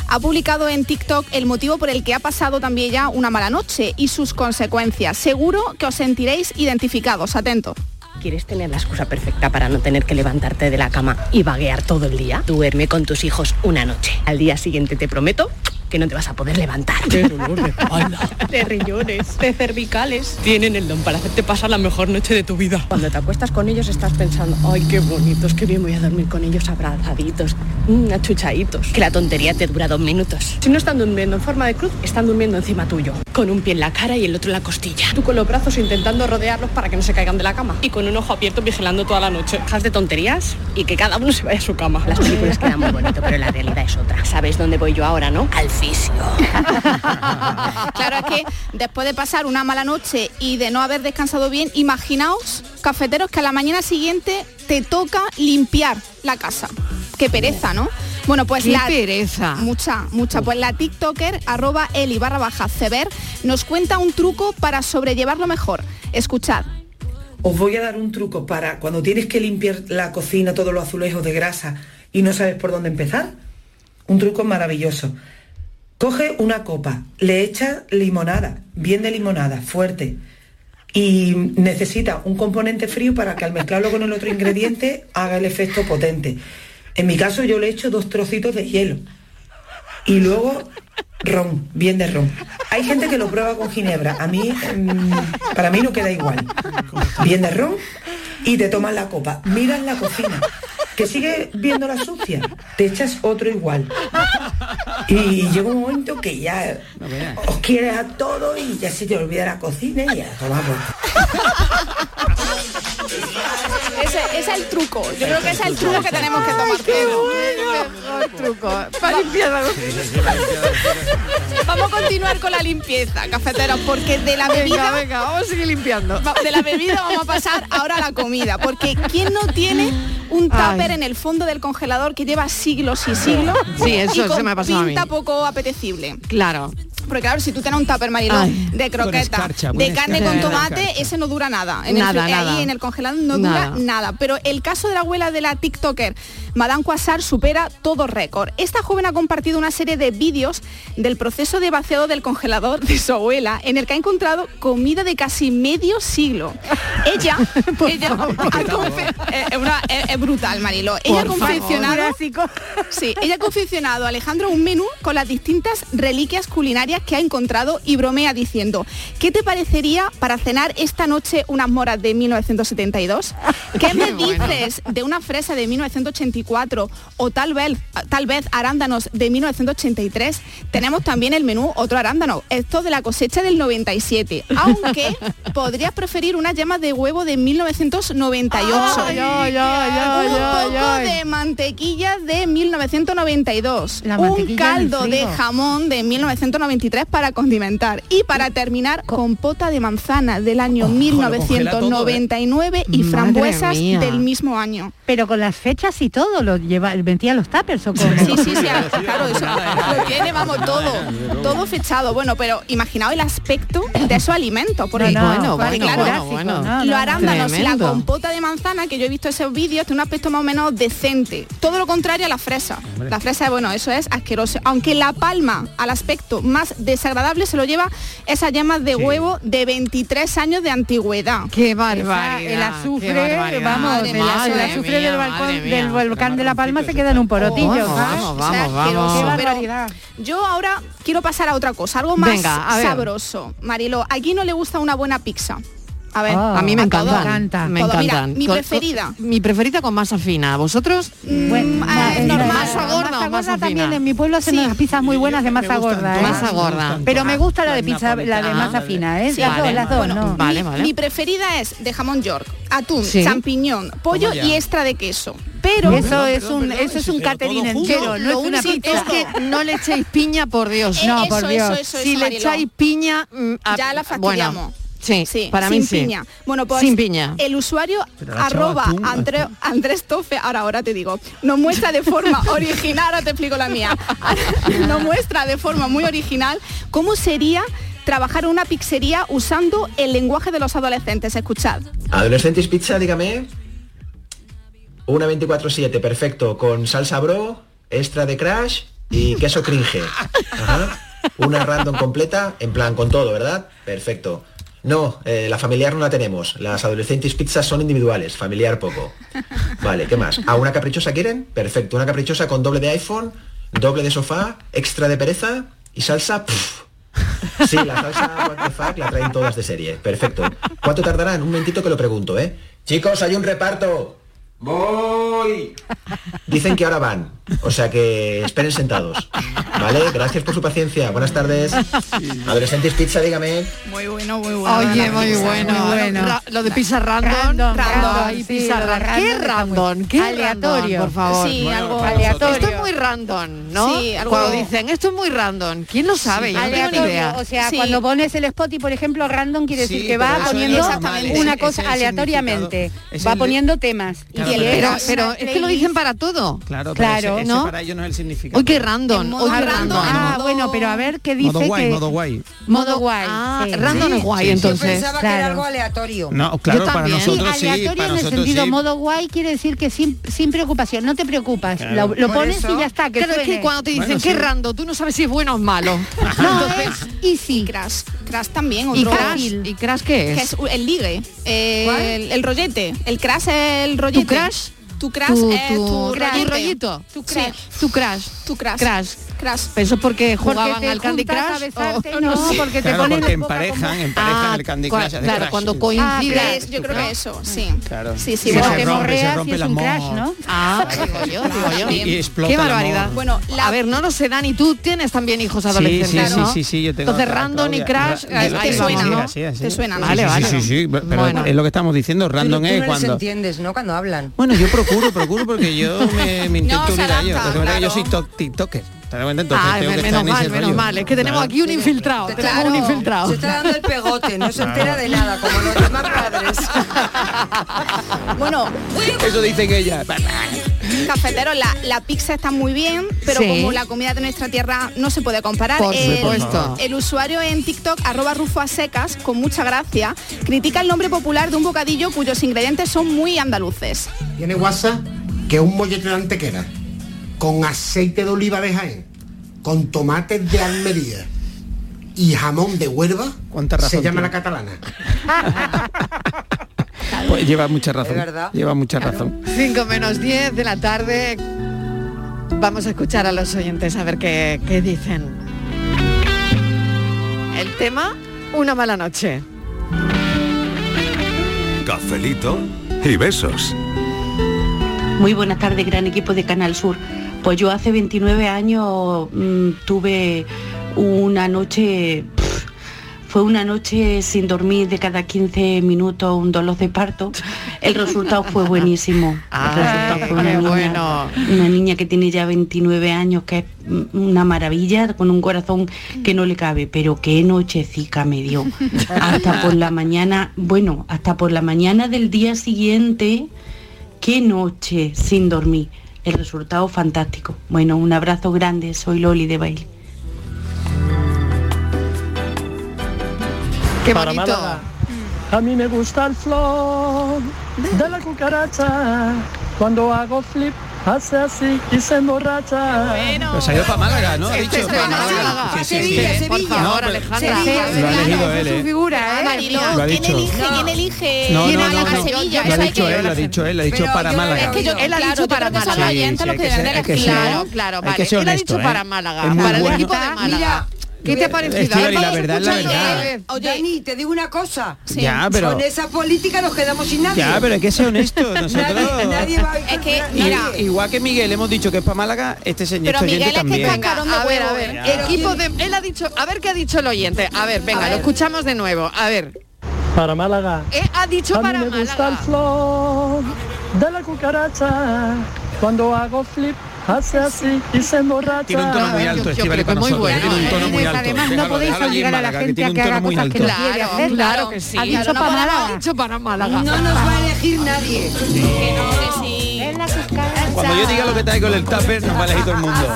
Speaker 8: ha publicado en TikTok el motivo por el que ha pasado también ya una mala noche y sus consecuencias. Seguro que os sentiréis identificados. Atento.
Speaker 26: ¿Quieres tener la excusa perfecta para no tener que levantarte de la cama y vaguear todo el día? Duerme con tus hijos una noche. Al día siguiente te prometo que no te vas a poder levantar. <laughs> de riñones, de cervicales. Tienen el don para hacerte pasar la mejor noche de tu vida. Cuando te acuestas con ellos estás pensando, ay, qué bonitos, qué bien voy a dormir con ellos abrazaditos, mm, achuchaditos. Que la tontería te dura dos minutos. Si no están durmiendo en forma de cruz, están durmiendo encima tuyo. Con un pie en la cara y el otro en la costilla. Tú con los brazos intentando rodearlos para que no se caigan de la cama. Y con un ojo abierto vigilando toda la noche. Dejas de tonterías y que cada uno se vaya a su cama. Las películas quedan muy bonito, pero la realidad es otra. ¿Sabes dónde voy yo ahora, no? Al fisio.
Speaker 8: <laughs> Claro es que después de pasar una mala noche y de no haber descansado bien, imaginaos, cafeteros, que a la mañana siguiente te toca limpiar la casa. Qué pereza, ¿no? Bueno, pues
Speaker 3: Qué
Speaker 8: la
Speaker 3: pereza.
Speaker 8: Mucha, mucha. Pues la TikToker arroba eli barra baja ceber nos cuenta un truco para sobrellevarlo mejor. Escuchad.
Speaker 27: Os voy a dar un truco para cuando tienes que limpiar la cocina, todos los azulejos de grasa y no sabes por dónde empezar. Un truco maravilloso. Coge una copa, le echa limonada, bien de limonada, fuerte. Y necesita un componente frío para que al mezclarlo con el otro ingrediente haga el efecto potente. En mi caso yo le echo dos trocitos de hielo. Y luego ron, bien de ron. Hay gente que lo prueba con ginebra. A mí, em, para mí no queda igual. Bien de ron y te tomas la copa. Miras la cocina. que sigue viendo la sucia, te echas otro igual. Y llega un momento que ya os quieres a todo y ya se te olvida la cocina y ya tomamos.
Speaker 8: Ese, ese es el truco. Yo creo que ese es el truco que tenemos que tomar. Pedro.
Speaker 3: <laughs> Para limpiar la
Speaker 8: Vamos a continuar con la limpieza, cafeteros, porque de la
Speaker 3: Venga,
Speaker 8: bebida...
Speaker 3: venga, vamos a seguir limpiando.
Speaker 8: Va- De la bebida vamos a pasar ahora a la comida, porque ¿quién no tiene un tupper en el fondo del congelador que lleva siglos y siglos?
Speaker 3: Sí, eso
Speaker 8: y con
Speaker 3: se me ha pasado a mí.
Speaker 8: pinta poco apetecible.
Speaker 3: Claro.
Speaker 8: Porque claro, si tú tienes un tupper marilón
Speaker 3: Ay.
Speaker 8: de
Speaker 3: Con
Speaker 8: croqueta,
Speaker 3: escarcha,
Speaker 8: de
Speaker 3: buena
Speaker 8: carne
Speaker 3: escarcha.
Speaker 8: con
Speaker 3: Buena
Speaker 8: tomate, ese no dura nada. En el
Speaker 3: Nada,
Speaker 8: fri-
Speaker 3: nada.
Speaker 8: Ahí en el congelador no
Speaker 3: Nada.
Speaker 8: dura nada. Pero el caso de la abuela de la TikToker, Madame Quasar, supera todo récord. Esta joven ha compartido una serie de vídeos del proceso de vaciado del congelador de su abuela, en el que ha encontrado comida de casi medio siglo.
Speaker 3: <laughs>
Speaker 8: Ella, ella ha confe- eh, eh, una- eh, es brutal, Marilo. Ella ha
Speaker 6: Por favor.
Speaker 8: confeccionado <laughs> Sí, ella ha confeccionado, Alejandro, un menú con las distintas reliquias culinarias que ha encontrado y bromea diciendo, ¿qué te parecería para cenar esta noche unas moras de
Speaker 3: <laughs>
Speaker 8: 1972? ¿Qué me dices de una fresa de 1984 o tal vez, tal vez arándanos de 1983? Tenemos también el menú otro arándano, esto de la cosecha del 97,
Speaker 3: <laughs>
Speaker 8: aunque podrías preferir unas llamas de huevo de 1998.
Speaker 3: Ay, ay, ay, ay,
Speaker 8: Un
Speaker 3: ay,
Speaker 8: poco
Speaker 3: ay.
Speaker 8: de mantequilla de 1992, un
Speaker 3: mantequilla del
Speaker 8: caldo de
Speaker 3: frío.
Speaker 8: jamón de 1993 para condimentar y para terminar compota de manzana del año
Speaker 6: congela todo, ¿eh?
Speaker 8: 1999 y
Speaker 6: Madre
Speaker 8: frambuesas
Speaker 6: mía.
Speaker 8: del mismo año.
Speaker 6: Pero con las fechas y todo, lo lleva, metía los tuppers o cómo?
Speaker 8: Sí, sí, sí, claro, eso lo tiene, vamos, todo, todo fechado. Bueno, pero imaginaos el aspecto de esos alimentos, porque
Speaker 3: No, no, bueno,
Speaker 8: porque,
Speaker 3: bueno,
Speaker 8: claro,
Speaker 3: bueno, bueno.
Speaker 8: los arándanos y la
Speaker 3: Tremendo.
Speaker 8: compota de manzana, que yo he visto esos vídeos, tiene un aspecto más o menos decente. Todo lo contrario a la fresa.
Speaker 3: Hombre.
Speaker 8: La fresa, bueno, eso es asqueroso. Aunque la palma, al aspecto más desagradable, se lo lleva esas llamas de huevo de 23 años de antigüedad.
Speaker 3: ¡Qué
Speaker 8: barbaridad!
Speaker 6: El azufre, vamos, el azufre del balcón del volcán Pues de La Palma se queda en un porotillo,
Speaker 8: Vamos,
Speaker 6: ¿sabes?
Speaker 8: vamos, vamos, vamos.
Speaker 6: Qué
Speaker 8: Pero-
Speaker 6: barbaridad.
Speaker 8: Yo ahora quiero pasar a otra cosa, algo más
Speaker 6: Venga, a ver.
Speaker 8: sabroso. Marilo, aquí no le gusta una buena pizza. A ver,
Speaker 6: Ah.
Speaker 3: a mí me
Speaker 8: todo.
Speaker 3: encantan.
Speaker 8: Todo.
Speaker 3: Me
Speaker 8: Mira,
Speaker 3: encantan.
Speaker 8: mi
Speaker 3: Con-
Speaker 8: preferida.
Speaker 3: con- mi preferida con masa fina. ¿Vosotros?
Speaker 8: Mm,
Speaker 6: Bueno,
Speaker 8: ah,
Speaker 6: ma-
Speaker 3: es normal.
Speaker 6: masa
Speaker 3: gorda
Speaker 6: masa
Speaker 3: o masa
Speaker 6: gorda también.
Speaker 3: fina.
Speaker 6: En mi pueblo hacen unas pizzas muy buenas de masa gorda. ¿eh?
Speaker 3: Masa gorda.
Speaker 6: Pero me gusta la de pizza, la de
Speaker 3: napolitana,
Speaker 6: masa fina, ¿eh?
Speaker 8: Sí,
Speaker 6: Las dos,
Speaker 8: vale.
Speaker 6: las dos,
Speaker 8: Bueno,
Speaker 6: ¿no?
Speaker 8: mi, mi preferida es de jamón york, atún,
Speaker 6: Sí. Pues
Speaker 8: champiñón, pollo
Speaker 6: Toma ya.
Speaker 8: y extra de queso. Pero
Speaker 6: Eso Perdón, es perdón, un- perdón, eso es un pero todo catering junto. entero, no es
Speaker 8: Lo
Speaker 6: una
Speaker 8: único-
Speaker 6: pizza.
Speaker 8: es que
Speaker 3: no le echéis piña, por Dios.
Speaker 8: Eh,
Speaker 3: no,
Speaker 8: eso,
Speaker 3: por Dios.
Speaker 8: eso, eso,
Speaker 3: si
Speaker 8: eso,
Speaker 3: le
Speaker 8: Mariló.
Speaker 3: echáis piña... mm, a-
Speaker 8: ya la
Speaker 3: bueno,
Speaker 8: fastidiamos.
Speaker 3: sí, para
Speaker 8: sin
Speaker 3: mí sí.
Speaker 8: piña. Bueno, pues
Speaker 3: Sin piña.
Speaker 8: el usuario
Speaker 3: Pero la echaba
Speaker 8: arroba
Speaker 3: atún,
Speaker 8: Andre- Andrés Tofe, ahora ahora te digo, nos muestra de
Speaker 3: <laughs>
Speaker 8: forma original, ahora te explico la mía, <laughs> nos muestra de forma muy original cómo sería trabajar en una pizzería usando el lenguaje de los adolescentes. Escuchad.
Speaker 11: Adolescentes Pizza, dígame. Una 24-7, perfecto. Con salsa bro, extra de crash y queso cringe. Ajá. Una random completa, en plan con todo, ¿verdad? Perfecto. No, eh, la familiar no la tenemos. Las adolescentes pizzas son individuales, familiar poco. Vale, ¿qué más? ¿A una caprichosa quieren? Perfecto. Una caprichosa con doble de iPhone, doble de sofá, extra de pereza y salsa... pff. Sí, la salsa what the fuck la traen todas de serie. Perfecto. ¿Cuánto tardarán? Un momentito que lo pregunto, ¿eh? Chicos, hay un reparto. Voy. Dicen que ahora van. O sea que esperen sentados. ¿Vale? Gracias por su paciencia. Buenas tardes. Adolescentes Pizza, dígame.
Speaker 8: Muy bueno, muy bueno.
Speaker 3: Oye, muy bueno. Ra- Lo de pizza random. Random, y
Speaker 6: sí,
Speaker 3: pizza
Speaker 6: lo de
Speaker 3: ra- ¿Qué
Speaker 6: random está muy-
Speaker 3: random? ¿Qué
Speaker 6: Aleatorio.
Speaker 3: random, por favor.
Speaker 6: Sí, Bueno, algo para
Speaker 3: aleatorio.
Speaker 6: nosotros.
Speaker 3: Esto es muy random, ¿no?
Speaker 6: Sí, algo-
Speaker 3: Cuando dicen, esto es muy random. ¿Quién lo sabe? Yo no tengo ni
Speaker 6: Aleatorio,
Speaker 3: idea.
Speaker 6: O sea, cuando pones el spot y por ejemplo, random quiere
Speaker 3: Sí,
Speaker 6: decir que va
Speaker 3: pero eso
Speaker 6: poniendo
Speaker 3: es normal,
Speaker 6: una
Speaker 3: ese- ese
Speaker 6: cosa
Speaker 3: es el
Speaker 6: aleatoriamente.
Speaker 3: significado.
Speaker 6: Va
Speaker 3: Es el-
Speaker 6: poniendo temas.
Speaker 3: Claro,
Speaker 6: y el-
Speaker 3: pero,
Speaker 6: es
Speaker 3: pero
Speaker 6: una
Speaker 3: es que lo dicen para todo.
Speaker 10: Claro, pero
Speaker 6: Claro,
Speaker 10: ese, ese
Speaker 6: ¿no?
Speaker 10: para ellos no es el significado.
Speaker 3: Uy, qué random.
Speaker 6: playlist.
Speaker 3: Uy, qué
Speaker 6: Ah,
Speaker 3: random.
Speaker 6: Ah, bueno, pero a ver qué dice
Speaker 10: modo guay,
Speaker 6: que...
Speaker 10: modo guay.
Speaker 6: Modo guay.
Speaker 3: Ah,
Speaker 6: sí.
Speaker 3: random es guay, entonces.
Speaker 2: Pensaba que era algo aleatorio.
Speaker 10: No, claro, para
Speaker 3: también.
Speaker 10: nosotros sí,
Speaker 6: aleatorio
Speaker 10: para
Speaker 6: en el
Speaker 10: nosotros
Speaker 6: sentido
Speaker 10: sí.
Speaker 6: modo guay quiere decir que sin, sin preocupación, no te preocupas,
Speaker 10: Claro.
Speaker 6: lo, lo
Speaker 10: Por
Speaker 6: pones
Speaker 10: eso.
Speaker 6: y ya está. Que
Speaker 3: Claro, es que
Speaker 6: suene.
Speaker 3: cuando te dicen,
Speaker 10: Bueno,
Speaker 3: qué
Speaker 10: sí.
Speaker 3: random, tú no sabes si es bueno o es malo.
Speaker 8: No,
Speaker 3: Entonces,
Speaker 6: easy.
Speaker 8: Crash. Crash también, otro.
Speaker 3: Ah, ¿Y crash? ¿Y crash qué
Speaker 8: Que
Speaker 3: es?
Speaker 8: es el ligue, eh, el, el rollete, el crash es el rollete. ¿Tu crash? Tu crash
Speaker 3: Tu-
Speaker 8: es
Speaker 3: tu
Speaker 8: tu,
Speaker 3: crash.
Speaker 8: rollete.
Speaker 3: Tu rollito.
Speaker 8: Tu
Speaker 3: crash. Tu crash.
Speaker 8: Tu crash.
Speaker 3: Crash.
Speaker 8: Crush.
Speaker 3: Eso es
Speaker 8: Porque
Speaker 3: porque jugaban
Speaker 8: te
Speaker 3: al Candy
Speaker 8: juntas
Speaker 3: Crush.
Speaker 8: a besarte,
Speaker 3: o-
Speaker 8: no,
Speaker 3: <laughs> sé.
Speaker 8: porque
Speaker 10: Claro, porque emparejan, emparejan
Speaker 3: Ah,
Speaker 10: el Candy
Speaker 3: cua-
Speaker 10: Crush. de
Speaker 3: claro,
Speaker 10: Crash.
Speaker 3: cuando Mm.
Speaker 8: Ah,
Speaker 3: coincida.
Speaker 8: crash, yo creo que eso, sí.
Speaker 10: Claro.
Speaker 8: Sí, sí,
Speaker 10: Que
Speaker 8: bueno,
Speaker 10: se
Speaker 8: te
Speaker 10: rompe, se
Speaker 8: morreas y
Speaker 10: rompe
Speaker 8: es
Speaker 10: el
Speaker 8: un
Speaker 10: amor.
Speaker 8: crash, ¿no?
Speaker 3: Ah, digo yo, digo yo.
Speaker 10: Y- y explota
Speaker 3: Qué
Speaker 10: el amor.
Speaker 3: barbaridad.
Speaker 8: Bueno,
Speaker 3: a ver, no lo sé, Dani, tú tienes también hijos
Speaker 10: Sí,
Speaker 3: adolescentes,
Speaker 10: sí, sí,
Speaker 3: ¿no?
Speaker 10: sí, sí, yo tengo
Speaker 3: Entonces,
Speaker 10: otra,
Speaker 3: Random y
Speaker 10: Claudia.
Speaker 3: Crash,
Speaker 10: Ra-
Speaker 3: ahí
Speaker 10: Ra- sí,
Speaker 3: vamos,
Speaker 10: sí,
Speaker 3: ¿no?
Speaker 10: así, así.
Speaker 8: Te suena,
Speaker 10: Sí,
Speaker 8: ¿no?
Speaker 10: sí,
Speaker 8: Vale,
Speaker 10: sí,
Speaker 8: vale.
Speaker 10: Sí, sí, pero
Speaker 8: Bueno.
Speaker 10: es lo que estamos diciendo, random
Speaker 2: tú
Speaker 10: es
Speaker 2: no les
Speaker 10: cuando...
Speaker 2: entiendes, ¿no? Cuando hablan.
Speaker 10: Bueno, yo procuro, procuro porque yo me, me
Speaker 2: No,
Speaker 10: intento
Speaker 2: se
Speaker 10: unir a ellos.
Speaker 2: adapta,
Speaker 10: Lo que pasa es que Yo
Speaker 2: claro.
Speaker 10: soy tok- tiktoker. ¿Te das cuenta? Entonces
Speaker 3: Ah,
Speaker 10: tengo que
Speaker 3: menos
Speaker 10: estar en ese
Speaker 3: mal, menos
Speaker 10: rollo.
Speaker 3: mal. Es que tenemos
Speaker 10: Claro.
Speaker 3: aquí un infiltrado. Tenemos un infiltrado.
Speaker 2: Se está dando el pegote, no se
Speaker 10: Claro.
Speaker 2: entera
Speaker 3: <laughs>
Speaker 2: de nada, como los demás padres.
Speaker 8: <laughs> Bueno,
Speaker 10: Eso dicen ellas.
Speaker 8: Cafetero, la, la pizza está muy bien, pero
Speaker 10: Sí.
Speaker 8: como la comida de nuestra tierra no se puede comparar.
Speaker 3: Por
Speaker 8: el,
Speaker 3: supuesto.
Speaker 8: El usuario en TikTok, arroba rufo a secas, con mucha gracia, critica el nombre popular de un bocadillo cuyos ingredientes son muy andaluces.
Speaker 17: Tiene guasa que es un mollete de antequera, con aceite de oliva de Jaén, con tomates de Almería y jamón de Huelva, se
Speaker 10: razón
Speaker 17: llama
Speaker 10: tiene?
Speaker 17: la catalana.
Speaker 10: Pues lleva mucha razón.
Speaker 3: verdad.
Speaker 10: Lleva mucha razón.
Speaker 3: 5 menos 10 de la tarde. Vamos a escuchar a los oyentes a ver qué, qué dicen. El tema, una mala noche.
Speaker 23: Cafelito y besos.
Speaker 28: <laughs> Muy buenas tardes, gran equipo de Canal Sur. Pues yo hace 29 años mm, tuve una noche, pf, fue una noche sin dormir de cada 15 minutos un dolor de parto. El resultado fue buenísimo. El resultado fue una, niña, una niña que tiene ya 29 años, que es mm, una maravilla, con un corazón que no le cabe, pero qué nochecica me dio. Hasta por la mañana, bueno, hasta por la mañana del día siguiente qué noche sin dormir. El resultado fantástico. Bueno, un abrazo grande. Soy Loli de Bail.
Speaker 3: Qué
Speaker 18: Para
Speaker 3: bonito.
Speaker 18: Málaga. A mí me gusta el flow de la cucaracha. Cuando hago flip, hace así y se emborracha.
Speaker 10: Pues ha ido para Málaga, ¿no? Ha
Speaker 18: Este
Speaker 10: dicho
Speaker 18: se va
Speaker 10: para
Speaker 18: a
Speaker 10: Málaga.
Speaker 18: Málaga.
Speaker 10: Sí, sí,
Speaker 18: Sevilla,
Speaker 10: sí.
Speaker 18: Sevilla.
Speaker 10: Por favor,
Speaker 18: No, pero-
Speaker 10: Alejandra.
Speaker 18: Sevilla,
Speaker 10: Lo ha
Speaker 18: Sevilla,
Speaker 10: elegido él, ¿eh?
Speaker 18: figura,
Speaker 8: Marilo,
Speaker 10: Lo ha
Speaker 8: ¿quién
Speaker 10: dicho.
Speaker 8: elige? ¿Quién elige?
Speaker 10: No,
Speaker 8: ¿Quién
Speaker 10: no,
Speaker 8: habla
Speaker 10: no,
Speaker 8: con
Speaker 10: no.
Speaker 8: Sevilla?
Speaker 10: Lo ha
Speaker 8: Eso hay
Speaker 10: dicho
Speaker 8: que-
Speaker 10: él, lo ha dicho él, lo ha dicho para Málaga.
Speaker 8: Es que yo,
Speaker 3: Él ha
Speaker 8: claro,
Speaker 3: dicho
Speaker 8: yo
Speaker 3: para
Speaker 8: creo que son los
Speaker 10: Málaga. Sí,
Speaker 8: oyentes
Speaker 10: sí,
Speaker 8: los
Speaker 10: hay
Speaker 8: que
Speaker 10: que
Speaker 8: deben de
Speaker 10: ser- hay que
Speaker 8: elegir.
Speaker 10: ser-
Speaker 3: Claro, claro,
Speaker 10: Hay
Speaker 3: vale.
Speaker 10: que ser
Speaker 3: Él ha dicho
Speaker 10: honesto, ¿eh?
Speaker 3: para Málaga,
Speaker 10: Es muy
Speaker 3: para el
Speaker 10: bueno.
Speaker 3: equipo de
Speaker 4: Ah,
Speaker 10: Mira,
Speaker 3: Málaga. ¿Qué te ha parecido?
Speaker 10: Estivali, la
Speaker 3: Vamos a
Speaker 10: verdad, la
Speaker 3: escucharlo
Speaker 10: verdad.
Speaker 3: otra vez.
Speaker 2: Dani, te digo una cosa.
Speaker 10: Sí. Ya, pero-
Speaker 2: Con esa política nos quedamos sin nadie.
Speaker 10: Ya, pero hay que
Speaker 4: <laughs>
Speaker 10: ser honesto.
Speaker 2: Nadie,
Speaker 10: Nosotros...
Speaker 2: nadie va a
Speaker 8: Es que,
Speaker 10: Y-
Speaker 8: mira,
Speaker 10: igual que Miguel hemos dicho que es para Málaga, este señor
Speaker 8: Pero
Speaker 10: este oyente
Speaker 8: Miguel es que
Speaker 10: también.
Speaker 8: está carón de
Speaker 3: A ver,
Speaker 8: huevo,
Speaker 3: a ver.
Speaker 8: ¿eh?
Speaker 3: Equipo de. Él ha dicho. A ver qué ha dicho el oyente. A ver, venga, lo escuchamos de nuevo. A ver.
Speaker 18: Para Málaga.
Speaker 3: Eh, ha dicho
Speaker 18: a mí
Speaker 3: para
Speaker 18: me gusta el
Speaker 3: Málaga.
Speaker 18: flow de la cucaracha. Cuando hago flip, hace así y se emborracha.
Speaker 10: Tiene un tono muy alto, Estivali, con nosotros. Tiene
Speaker 1: ¿eh?
Speaker 10: un tono muy alto.
Speaker 6: Además, no
Speaker 10: Déjalo,
Speaker 6: podéis
Speaker 10: déjalo allí en
Speaker 6: obligar a la
Speaker 10: Málaga, que
Speaker 6: gente
Speaker 10: tiene
Speaker 6: a
Speaker 10: un
Speaker 6: que haga
Speaker 10: tono muy
Speaker 6: cosas que
Speaker 10: alto.
Speaker 6: no quiere
Speaker 3: Claro,
Speaker 6: hacer.
Speaker 3: claro que sí.
Speaker 6: Ha dicho
Speaker 3: Claro, no
Speaker 6: para
Speaker 3: podemos-
Speaker 6: Málaga.
Speaker 3: ha dicho para Málaga.
Speaker 2: No nos va a elegir nadie.
Speaker 10: Cuando yo diga lo que traigo en el tupper, nos va a elegir todo el mundo.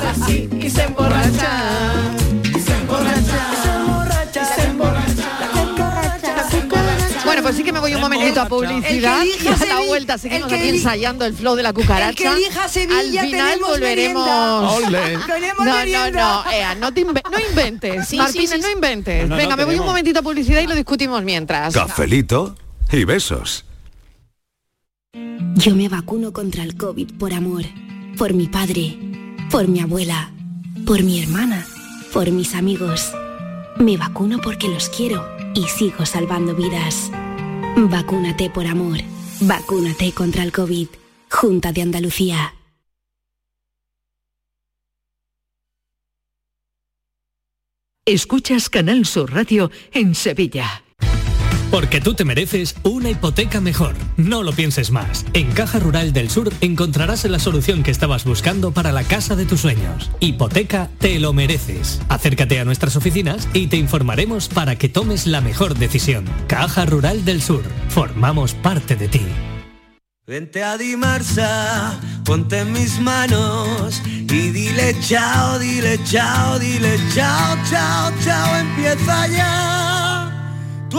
Speaker 1: Y se emborracha. Y se emborracha. Y se emborracha.
Speaker 3: Bueno, pues sí que me voy un momentito a publicidad
Speaker 2: El que elija
Speaker 3: y a la
Speaker 2: Sevilla-
Speaker 3: vuelta
Speaker 2: el
Speaker 3: seguimos
Speaker 2: que
Speaker 3: aquí
Speaker 2: elija-
Speaker 3: ensayando el flow de la cucaracha.
Speaker 2: el que elija Sevilla,
Speaker 3: Al final
Speaker 2: tenemos
Speaker 3: volveremos.
Speaker 2: merienda. Ole. Tenemos
Speaker 3: no, no,
Speaker 2: merienda.
Speaker 3: no, Ea, no, te inve- no inventes.
Speaker 2: Sí,
Speaker 3: Martínez,
Speaker 2: sí, sí,
Speaker 3: no
Speaker 2: sí.
Speaker 3: inventes.
Speaker 23: No, no,
Speaker 3: Venga,
Speaker 23: no,
Speaker 3: me voy un
Speaker 23: tenemos.
Speaker 3: momentito a publicidad y lo discutimos mientras.
Speaker 23: Cafelito y besos.
Speaker 19: Yo me vacuno contra el COVID por amor, por mi padre, por mi abuela, por mi hermana, por mis amigos. Me vacuno porque los quiero y sigo salvando vidas. Vacúnate por amor, vacúnate contra el COVID. Junta de Andalucía.
Speaker 16: Escuchas Canal Sur Radio en Sevilla.
Speaker 20: Porque tú te mereces una hipoteca mejor. No lo pienses más. En Caja Rural del Sur encontrarás la solución que estabas buscando para la casa de tus sueños. Hipoteca te lo mereces. Acércate a nuestras oficinas y te informaremos para que tomes la mejor decisión. Caja Rural del Sur. Formamos parte de ti.
Speaker 21: Vente a Dimarsa, ponte en mis manos y dile chao, dile chao, dile chao, chao, chao, empieza ya. Tu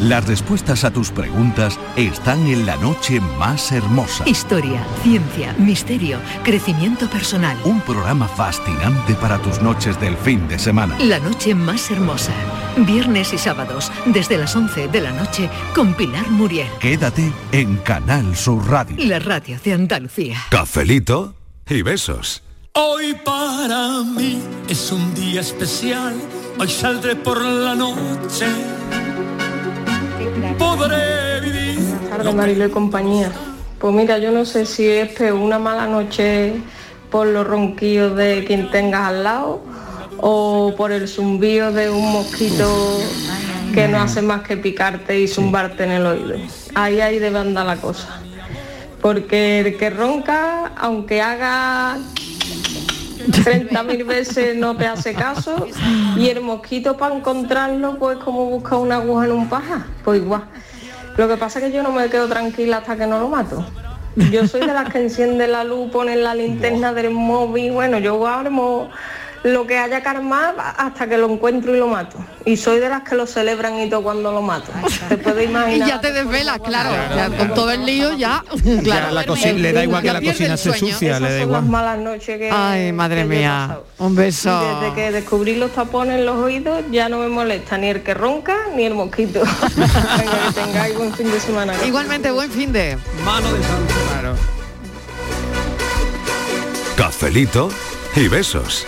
Speaker 15: Las respuestas a tus preguntas están en la noche más hermosa.
Speaker 16: Historia, ciencia, misterio, crecimiento personal.
Speaker 15: Un programa fascinante para tus noches del fin de semana.
Speaker 16: La noche más hermosa. Viernes y sábados, desde las 11 de la noche, con Pilar Muriel.
Speaker 15: Quédate en Canal Sur Radio.
Speaker 16: La radio de Andalucía.
Speaker 29: Cafelito y besos.
Speaker 1: Hoy para mí es un día especial, hoy saldré por la noche. Podré vivir.
Speaker 30: Buenas tardes, Marilo y compañía. Pues mira, yo no sé si es peor una mala noche por los ronquidos de quien tengas al lado o por el zumbido de un mosquito que no hace más que picarte y zumbarte en el oído. Ahí ahí de banda la cosa. Porque el que ronca, aunque haga 30.000 veces no te hace caso y el mosquito para encontrarlo pues como busca una aguja en un paja, pues igual. Lo que pasa es que yo no me quedo tranquila hasta que no lo mato. Yo soy de las que enciende la luz, ponen la linterna del móvil, bueno, yo armo lo que haya que armar hasta que lo encuentro y lo mato. Y soy de las que lo celebran y todo cuando lo mato. Te puedes
Speaker 3: Y
Speaker 30: imaginar.
Speaker 3: ya te desvelas, claro, ya con todo el lío ya, claro.
Speaker 31: la cocina- le da igual que
Speaker 3: Ya
Speaker 31: la
Speaker 3: pierde
Speaker 31: cocina
Speaker 3: el
Speaker 31: se
Speaker 3: sueño.
Speaker 31: sucia, le da
Speaker 30: Son las
Speaker 31: igual.
Speaker 30: malas noches que...
Speaker 3: Ay, madre mía, un beso.
Speaker 30: Desde que descubrí los tapones en los oídos ya no me molesta ni el que ronca ni el mosquito. <laughs> Venga, que tengáis buen fin de semana.
Speaker 3: Igualmente, buen fin de...
Speaker 9: Mano de santo.
Speaker 29: Cafelito y besos.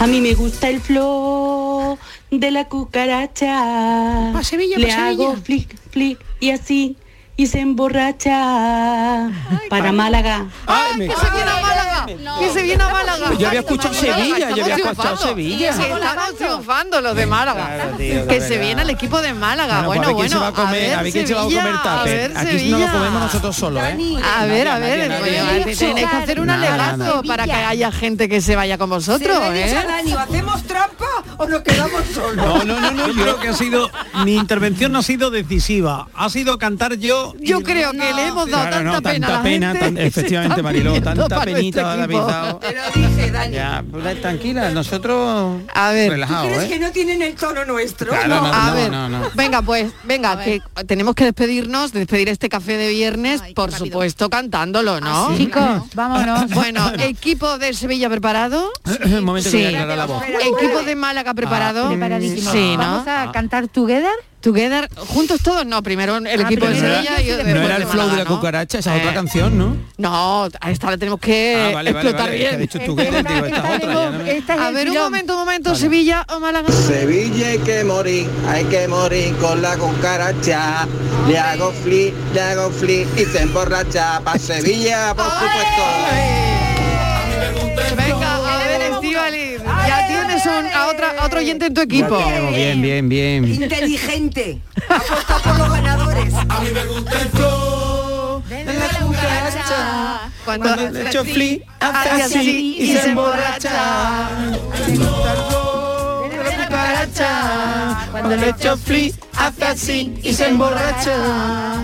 Speaker 28: A mí me gusta el flow de la cucaracha.
Speaker 2: Pa' Sevilla,
Speaker 28: Le
Speaker 2: pa' Sevilla.
Speaker 28: hago flick, flick y así y se emborracha para
Speaker 2: pa-
Speaker 28: Málaga.
Speaker 31: Ay, me-
Speaker 3: Que se viene a Málaga, que se viene a Málaga.
Speaker 31: Yo había escuchado Sevilla, yo había escuchado Sevilla.
Speaker 3: Sí, estamos triunfando los de Málaga.
Speaker 31: tío, de
Speaker 3: que se
Speaker 31: verdad.
Speaker 3: viene el equipo de Málaga.
Speaker 31: Bueno, pues a ver
Speaker 3: Bueno, Ah, bueno,
Speaker 31: quién se va a comer, a ver quién se va a
Speaker 3: Sevilla,
Speaker 31: comer
Speaker 3: a
Speaker 31: tupper.
Speaker 3: ver,
Speaker 31: Aquí no lo
Speaker 3: Sevilla.
Speaker 31: comemos nosotros solos, ¿eh?
Speaker 3: A ver, a ver,
Speaker 31: nadie,
Speaker 3: bueno,
Speaker 31: nadie.
Speaker 3: tenéis que hacer un
Speaker 31: Nada,
Speaker 3: alegazo
Speaker 31: nada.
Speaker 3: para que haya gente que se vaya con vosotros,
Speaker 4: Se lo he dicho a
Speaker 3: ¿eh?
Speaker 4: Dani, ¿o ¿hacemos trampa o nos quedamos solos? <laughs>
Speaker 9: No, no, no, no, yo creo que ha sido mi intervención no ha sido decisiva, ha sido cantar yo. y-
Speaker 3: Yo creo que le hemos dado
Speaker 9: Claro, no,
Speaker 3: tanta pena, a la gente
Speaker 9: tan-
Speaker 3: que se
Speaker 9: efectivamente,
Speaker 3: está
Speaker 9: Mariló,
Speaker 3: pidiendo
Speaker 9: tanta
Speaker 3: para
Speaker 9: penita
Speaker 3: este
Speaker 9: le habéis
Speaker 3: equipo.
Speaker 9: dado.
Speaker 4: Te lo dije, Dani.
Speaker 10: Ya, pues, tranquila, nosotros
Speaker 3: a ver,
Speaker 10: relajado,
Speaker 4: ¿Crees
Speaker 10: ¿eh?
Speaker 4: que no tienen el tono nuestro? Ah,
Speaker 10: Claro,
Speaker 3: No,
Speaker 10: no,
Speaker 3: a
Speaker 10: no,
Speaker 3: ver,
Speaker 10: no, no.
Speaker 3: venga, pues, venga, que tenemos que despedirnos, despedir este café de viernes, por supuesto, cantándolo, ¿no?
Speaker 6: Ah, sí, Chicos, claro. <laughs> vámonos.
Speaker 10: <laughs>
Speaker 3: Bueno, equipo de Sevilla preparado.
Speaker 31: <clears throat> Un momento que voy a aclarar la voz. Ah, mm,
Speaker 3: Equipo de Málaga preparado.
Speaker 6: Preparadísimo.
Speaker 3: Sí, ¿no?
Speaker 6: Vamos a cantar Together. Ah,
Speaker 3: Together, juntos todos, no, primero el equipo de
Speaker 31: ¿No
Speaker 3: Pues Sevilla y yo después
Speaker 31: era- no era
Speaker 3: de
Speaker 31: el flow de
Speaker 3: Málaga,
Speaker 31: la
Speaker 3: ¿no?
Speaker 31: cucaracha? Esa es otra
Speaker 3: Eh.
Speaker 31: canción, ¿no?
Speaker 3: No, a esta la tenemos que
Speaker 31: Ah, vale, vale,
Speaker 3: explotar
Speaker 31: vale,
Speaker 3: bien.
Speaker 31: es que he dicho Together, digo, esta otra, ya no me-
Speaker 3: a ver, un momento, un momento, Sevilla o Málaga.
Speaker 31: Sevilla hay que morir, hay que morir con la cucaracha. Le hago flip, le hago flip y se
Speaker 3: <laughs>
Speaker 31: emborracha. Pa' Sevilla, por supuesto.
Speaker 3: Venga, a ver, otra, otro oyente en tu equipo.
Speaker 31: Pues,
Speaker 10: Bien, bien, bien.
Speaker 2: Inteligente. Apuesta por los ganadores.
Speaker 1: A mí me gusta el flow de la cucaracha.
Speaker 3: Cuando,
Speaker 1: le echo fli, hace así y se emborracha. Me gusta el flow de la cucaracha. Cuando le echo fli, hace así y se emborracha.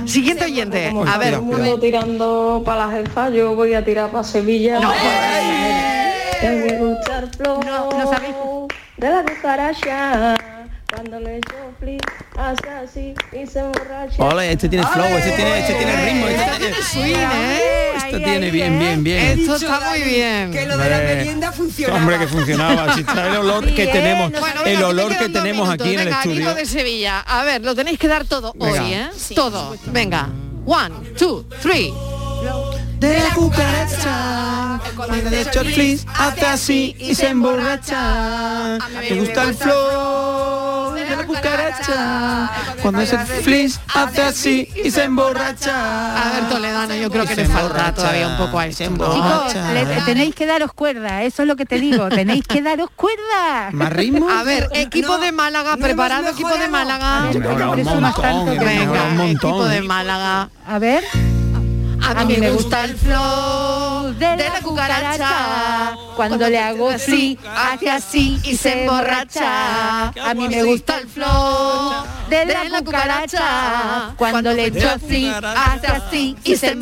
Speaker 3: Siguiente oyente.
Speaker 30: A ver, mundo tirando para la jefa, yo voy a tirar para Sevilla. No, me gusta el flow de la cucaracha. Cuando le echo fli, hace así y se emborracha.
Speaker 10: Hola, este tiene flow,
Speaker 3: Pues
Speaker 10: este tiene, este tiene ritmo, este,
Speaker 3: tiene swing, ¿eh?
Speaker 10: este tiene bien, bien, bien.
Speaker 3: Esto está muy bien.
Speaker 2: Que lo de la
Speaker 10: Hombre.
Speaker 2: merienda funciona.
Speaker 10: Hombre, que funcionaba. Si está el olor que tenemos, el olor que tenemos aquí en el
Speaker 3: Venga, equipo
Speaker 10: estudio.
Speaker 3: de Sevilla. A ver, lo tenéis que dar todo
Speaker 10: Venga.
Speaker 3: hoy, ¿eh? todo. Venga. One, two, three.
Speaker 1: De la cucaracha. Cuando le echo fli, hace así y se emborracha. Me gusta el flow de la cucaracha. Cuando es el flis, hace así y se emborracha.
Speaker 3: A ver, Toledano, yo creo
Speaker 10: Y
Speaker 3: que
Speaker 10: se
Speaker 3: le falta
Speaker 10: emborracha,
Speaker 3: todavía un poco a
Speaker 10: se
Speaker 3: eso.
Speaker 6: Chicos,
Speaker 10: emborracha.
Speaker 6: le- le tenéis que daros cuerda, eso es lo que te digo, tenéis que daros cuerda.
Speaker 10: ¿Más ritmo?
Speaker 3: A ver, equipo de Málaga, preparado equipo de Málaga.
Speaker 10: Hombre, habrá un montón, habrá un
Speaker 3: Venga, equipo
Speaker 10: montón.
Speaker 3: de Málaga.
Speaker 6: A ver.
Speaker 3: A mí me gusta el flow de la cucaracha.
Speaker 6: Cuando le hago así, hace así y se emborracha. A mí me gusta el flow de la cucaracha. Cuando le echo así, hace así y se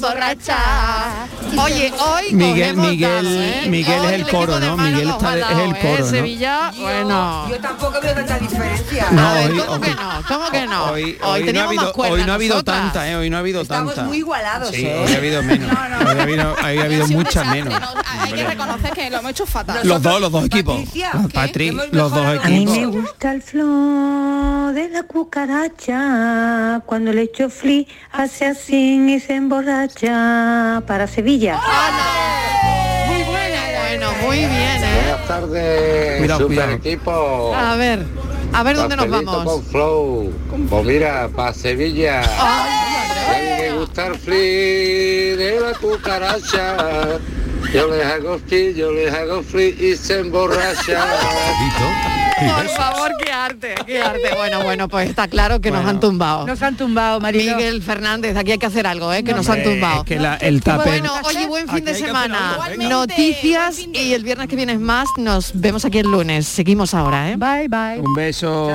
Speaker 6: emborracha.
Speaker 3: Oye, hoy
Speaker 10: Miguel,
Speaker 3: cogemos
Speaker 10: Miguel, Miguel es el coro, ¿no? Miguel está de- es el
Speaker 3: Eh,
Speaker 10: coro, ¿no?
Speaker 3: Sevilla, bueno.
Speaker 2: Yo tampoco veo tanta diferencia.
Speaker 10: No,
Speaker 3: A ver,
Speaker 10: hoy-
Speaker 3: ¿cómo
Speaker 10: hoy-
Speaker 3: que no? ¿Cómo que no? Hoy,
Speaker 10: Hoy, hoy no ha
Speaker 3: teníamos
Speaker 10: habido,
Speaker 3: más cuerda
Speaker 10: hoy no ha habido
Speaker 3: nosotras.
Speaker 10: tanta, ¿eh? hoy no ha habido
Speaker 2: Estamos
Speaker 10: tanta.
Speaker 2: muy igualados,
Speaker 10: Sí,
Speaker 2: ¿eh?
Speaker 10: hoy ha habido menos. Hoy ha habido, hoy ha habido mucha menos.
Speaker 5: Hay que reconocer que lo hemos hecho fatal.
Speaker 10: Los dos, los dos equipos. Patri, los dos equipos.
Speaker 7: gusta el flow de la cucaracha. Cuando le echo fli, hace así y se emborracha. Para Sevilla.
Speaker 3: Muy buena, bueno, muy bien, ¿eh?
Speaker 11: Buenas tardes,
Speaker 10: Cuidado,
Speaker 11: super
Speaker 10: cuidado.
Speaker 11: equipo.
Speaker 3: A ver, a ver dónde nos
Speaker 11: Papelito
Speaker 3: vamos. Oh.
Speaker 11: Con flow. Pues mira, para Sevilla. Hay que gustar free de la cucaracha. Yo les hago free, yo les hago free y se emborracha.
Speaker 3: Por favor, qué arte, qué arte. Bueno, bueno, pues está claro que nos han tumbado. Nos
Speaker 6: han tumbado,
Speaker 3: María. Miguel Fernández, aquí hay que hacer algo, ¿eh? Que nos han
Speaker 10: Hombre,
Speaker 3: tumbado.
Speaker 10: es que la- el tupper-
Speaker 3: Bueno, oye, buen
Speaker 10: Aquí
Speaker 3: fin de
Speaker 10: hay que hacer
Speaker 3: semana.
Speaker 10: algo, venga.
Speaker 3: Noticias y el viernes que vienes más. Nos vemos aquí el lunes. Seguimos ahora, ¿eh?
Speaker 6: Bye, bye.
Speaker 10: Un beso.